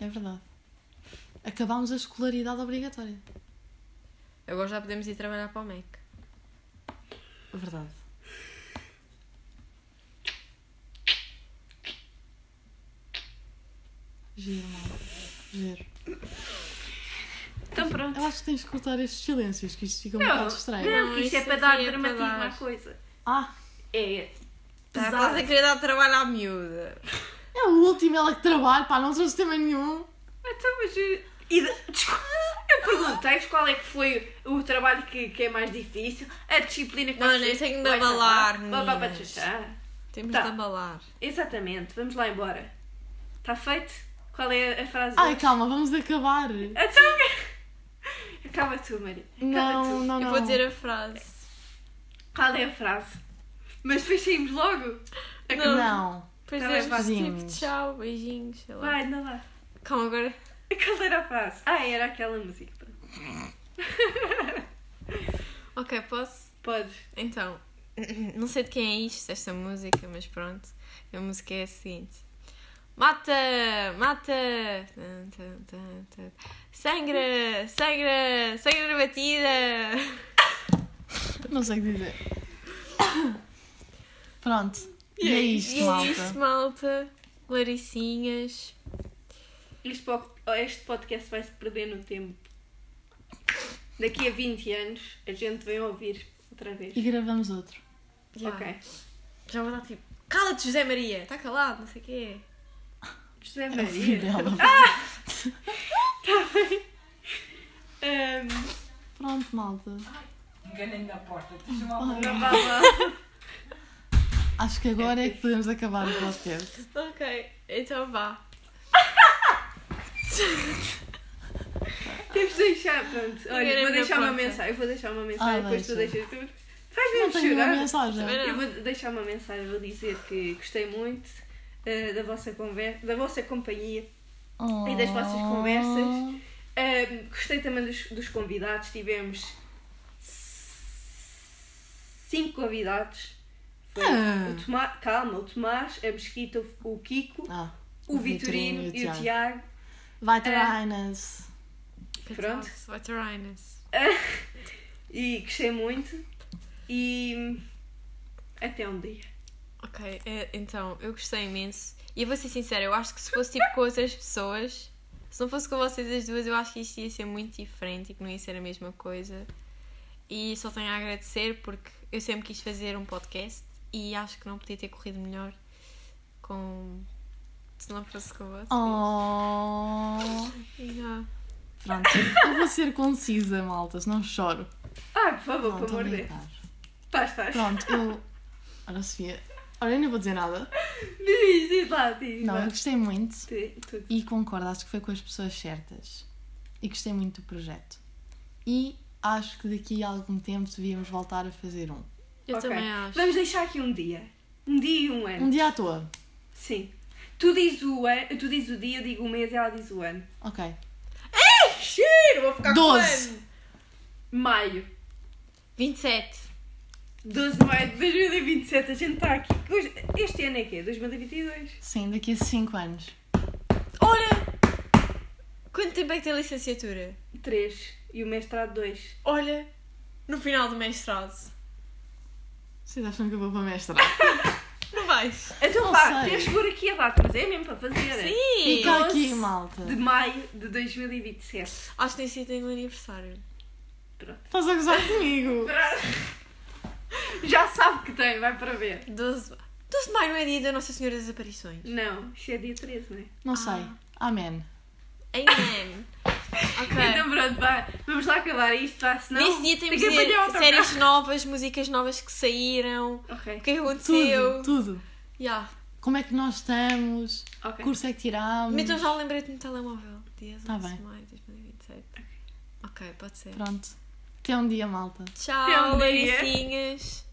Speaker 3: é verdade. Acabámos a escolaridade obrigatória.
Speaker 2: Agora já podemos ir trabalhar para o MEC.
Speaker 3: É Verdade. Giro, mal. Giro.
Speaker 1: Então pronto.
Speaker 3: Eu acho que tens que cortar estes silêncios, que isto fica um
Speaker 1: Não,
Speaker 3: bocado estranho.
Speaker 1: não, que isto
Speaker 2: Não,
Speaker 1: é
Speaker 2: isso
Speaker 1: para dar
Speaker 2: aqui é para
Speaker 1: dramatismo
Speaker 2: dar.
Speaker 1: à coisa.
Speaker 3: Ah,
Speaker 1: É
Speaker 2: Tá, Estás a
Speaker 1: pesado.
Speaker 2: querer dar trabalho à miúda.
Speaker 3: é o último, ela que trabalha, pá, não trouxe tema nenhum.
Speaker 1: Então, mas... eh, E de... Desculpa, Eu perguntei-vos qual é que foi o trabalho que, que é mais difícil, a disciplina que
Speaker 2: Não,
Speaker 1: vocês-
Speaker 2: nem tenho de
Speaker 1: vai
Speaker 2: abalar,
Speaker 1: acabar, blá, blá, blá,
Speaker 2: meninas.
Speaker 1: blá, blá.
Speaker 2: Temos
Speaker 1: Tá.
Speaker 2: de abalar.
Speaker 1: Exatamente, vamos lá embora. Está feito? Qual é a frase?
Speaker 3: Ai,
Speaker 1: do-
Speaker 3: calma, vamos acabar.
Speaker 1: Então... Acaba tu, Maria. Acaba
Speaker 3: Não,
Speaker 1: tu.
Speaker 3: não, não.
Speaker 2: Eu vou dizer a frase.
Speaker 1: Qual é a frase? Mas fechemos logo.
Speaker 2: Não.
Speaker 3: É Não.
Speaker 2: Depois
Speaker 1: Tá bem,
Speaker 2: deste tipo
Speaker 3: beijinhos.
Speaker 2: tchau, beijinhos, sei lá.
Speaker 1: Vai, anda lá.
Speaker 2: Calma agora.
Speaker 1: Qual era a frase? Ah, era aquela música. pronto.
Speaker 2: Ok, posso?
Speaker 1: Podes.
Speaker 2: Então, não sei de quem é isto, esta música, mas pronto. A música é a seguinte. Mata! Mata! Tan, tan, tan, tan. Sangra! Sangra! Sangra na batida!
Speaker 3: Não sei o que dizer. Pronto. E é isto,
Speaker 2: E é
Speaker 3: malta.
Speaker 2: isto, malta. Claricinhas.
Speaker 1: Este, po- este podcast vai se perder no tempo. Daqui a 20 anos a gente vem ouvir outra vez.
Speaker 3: E gravamos outro.
Speaker 2: Yeah.
Speaker 1: Ok.
Speaker 2: Já vou dar tipo. Cala-te, José Maria! Está calado, não sei o quê.
Speaker 1: José
Speaker 3: É o fim
Speaker 1: Maria.
Speaker 3: dela.
Speaker 1: Ahm,
Speaker 3: Pronto, malta.
Speaker 4: Enganem na porta, deixa-me lá
Speaker 3: Ai,
Speaker 1: não vá lá.
Speaker 3: Acho que agora é que podemos acabar o podcast.
Speaker 2: Ok, então vá.
Speaker 1: Temos de deixar, pronto. Olha,
Speaker 2: Era
Speaker 1: vou
Speaker 2: a minha
Speaker 1: deixar uma
Speaker 2: porta.
Speaker 1: mensagem. Eu vou deixar uma mensagem,
Speaker 3: Ah,
Speaker 1: depois tu
Speaker 3: deixa.
Speaker 1: deixas tu. Faz
Speaker 3: Não
Speaker 1: mesmo
Speaker 3: tenho uma
Speaker 1: chorar.
Speaker 3: mensagem.
Speaker 2: Também
Speaker 1: Eu
Speaker 2: não.
Speaker 1: vou deixar uma mensagem, vou dizer que gostei muito ah, da vossa conversa, da vossa companhia.
Speaker 3: Oh.
Speaker 1: E das vossas conversas. Ahm, gostei também dos, dos convidados. Tivemos cinco convidados. Foi
Speaker 3: Ah.
Speaker 1: o Tomá- calma, o Tomás, a Mesquita, o o Kiko,
Speaker 3: Ah,
Speaker 1: o, Vitorino e o
Speaker 3: Tiago.
Speaker 1: Tiago.
Speaker 3: Vai ter
Speaker 1: Eh,
Speaker 3: Ainas.
Speaker 1: Pronto.
Speaker 2: Vai ter Rhinos.
Speaker 1: E gostei muito. E até um dia.
Speaker 2: Ok, é, então, eu gostei imenso. E eu vou ser sincera, eu acho que se fosse tipo com outras pessoas, se não fosse com vocês as duas, eu acho que isto ia ser muito diferente e que não ia ser a mesma coisa. E só tenho a agradecer porque eu sempre quis fazer um podcast e acho que não podia ter corrido melhor com. se não fosse com vocês.
Speaker 3: Oh.
Speaker 2: E, ah,
Speaker 3: Pronto. Eu vou ser concisa, maltas. Não choro.
Speaker 1: Ah, por favor,
Speaker 3: Não,
Speaker 1: por
Speaker 3: tô a
Speaker 1: amor de Deus.
Speaker 3: brincar.
Speaker 1: Pá, estás.
Speaker 3: Pronto, eu. Ora, Sofia. Ora, eu não vou dizer nada.
Speaker 1: Diz, diz lá, diz.
Speaker 3: Não,
Speaker 1: lá.
Speaker 3: eu gostei muito.
Speaker 1: Tu- tu-
Speaker 3: E concordo, acho que foi com as pessoas certas. E gostei muito do projeto. E acho que daqui a algum tempo devíamos voltar a fazer um.
Speaker 2: eu
Speaker 1: Ok.
Speaker 2: também acho.
Speaker 1: Vamos deixar aqui um dia. Um dia e um ano.
Speaker 3: Um dia à toa.
Speaker 1: Sim. Tu dizes o, an... tu dizes o dia, eu digo o mês e ela diz o ano.
Speaker 3: Ok.
Speaker 2: Cheiro, vou ficar
Speaker 3: Doze.
Speaker 2: com
Speaker 1: Maio.
Speaker 2: 27.
Speaker 1: 12 de maio de 2027. A gente está aqui. Hoje- Este ano é que é? 2022?
Speaker 3: Sim, daqui a 5 anos.
Speaker 2: Olha! Quanto tempo é que tem a licenciatura?
Speaker 1: 3. E o mestrado 2.
Speaker 2: Olha! no final do mestrado.
Speaker 3: Vocês acham que eu vou um para mestrado?
Speaker 2: Não vais?
Speaker 1: Então
Speaker 3: Não
Speaker 1: vá,
Speaker 3: sei.
Speaker 1: tens seguro aqui a data, mas é mesmo para fazer. é?
Speaker 2: Sim!
Speaker 3: Fica tá aqui,
Speaker 1: 12
Speaker 3: malta.
Speaker 1: De maio de 2027.
Speaker 2: Acho que tem sido teu aniversário.
Speaker 3: Estás a gozar comigo.
Speaker 1: Já sabe que tem, vai para ver.
Speaker 2: 12... 12 de maio não é dia da Nossa Senhora das Aparições.
Speaker 1: Não, isto é dia 13, não é?
Speaker 3: Não sei. Amém.
Speaker 2: Amen. Ok.
Speaker 1: Então pronto, vá, vamos lá acabar isto, vá, senão...
Speaker 2: Nesse dia temos de
Speaker 1: que apanhar
Speaker 2: dizer
Speaker 1: é outra
Speaker 2: séries novas, músicas novas que saíram,
Speaker 1: Ok,
Speaker 2: o que é que aconteceu.
Speaker 3: Tudo, tudo.
Speaker 2: Yeah.
Speaker 3: Como é que nós estamos? Que
Speaker 1: ok.
Speaker 3: curso é que tirámos?
Speaker 2: Então já lembrei-te no telemóvel. Dia 11
Speaker 3: Tá
Speaker 2: de
Speaker 3: bem.
Speaker 2: maio de 2027. Ok, pode ser.
Speaker 3: Pronto. Até um dia, é malta.
Speaker 2: Tchau,
Speaker 1: Até um dia.
Speaker 2: Laricinhas.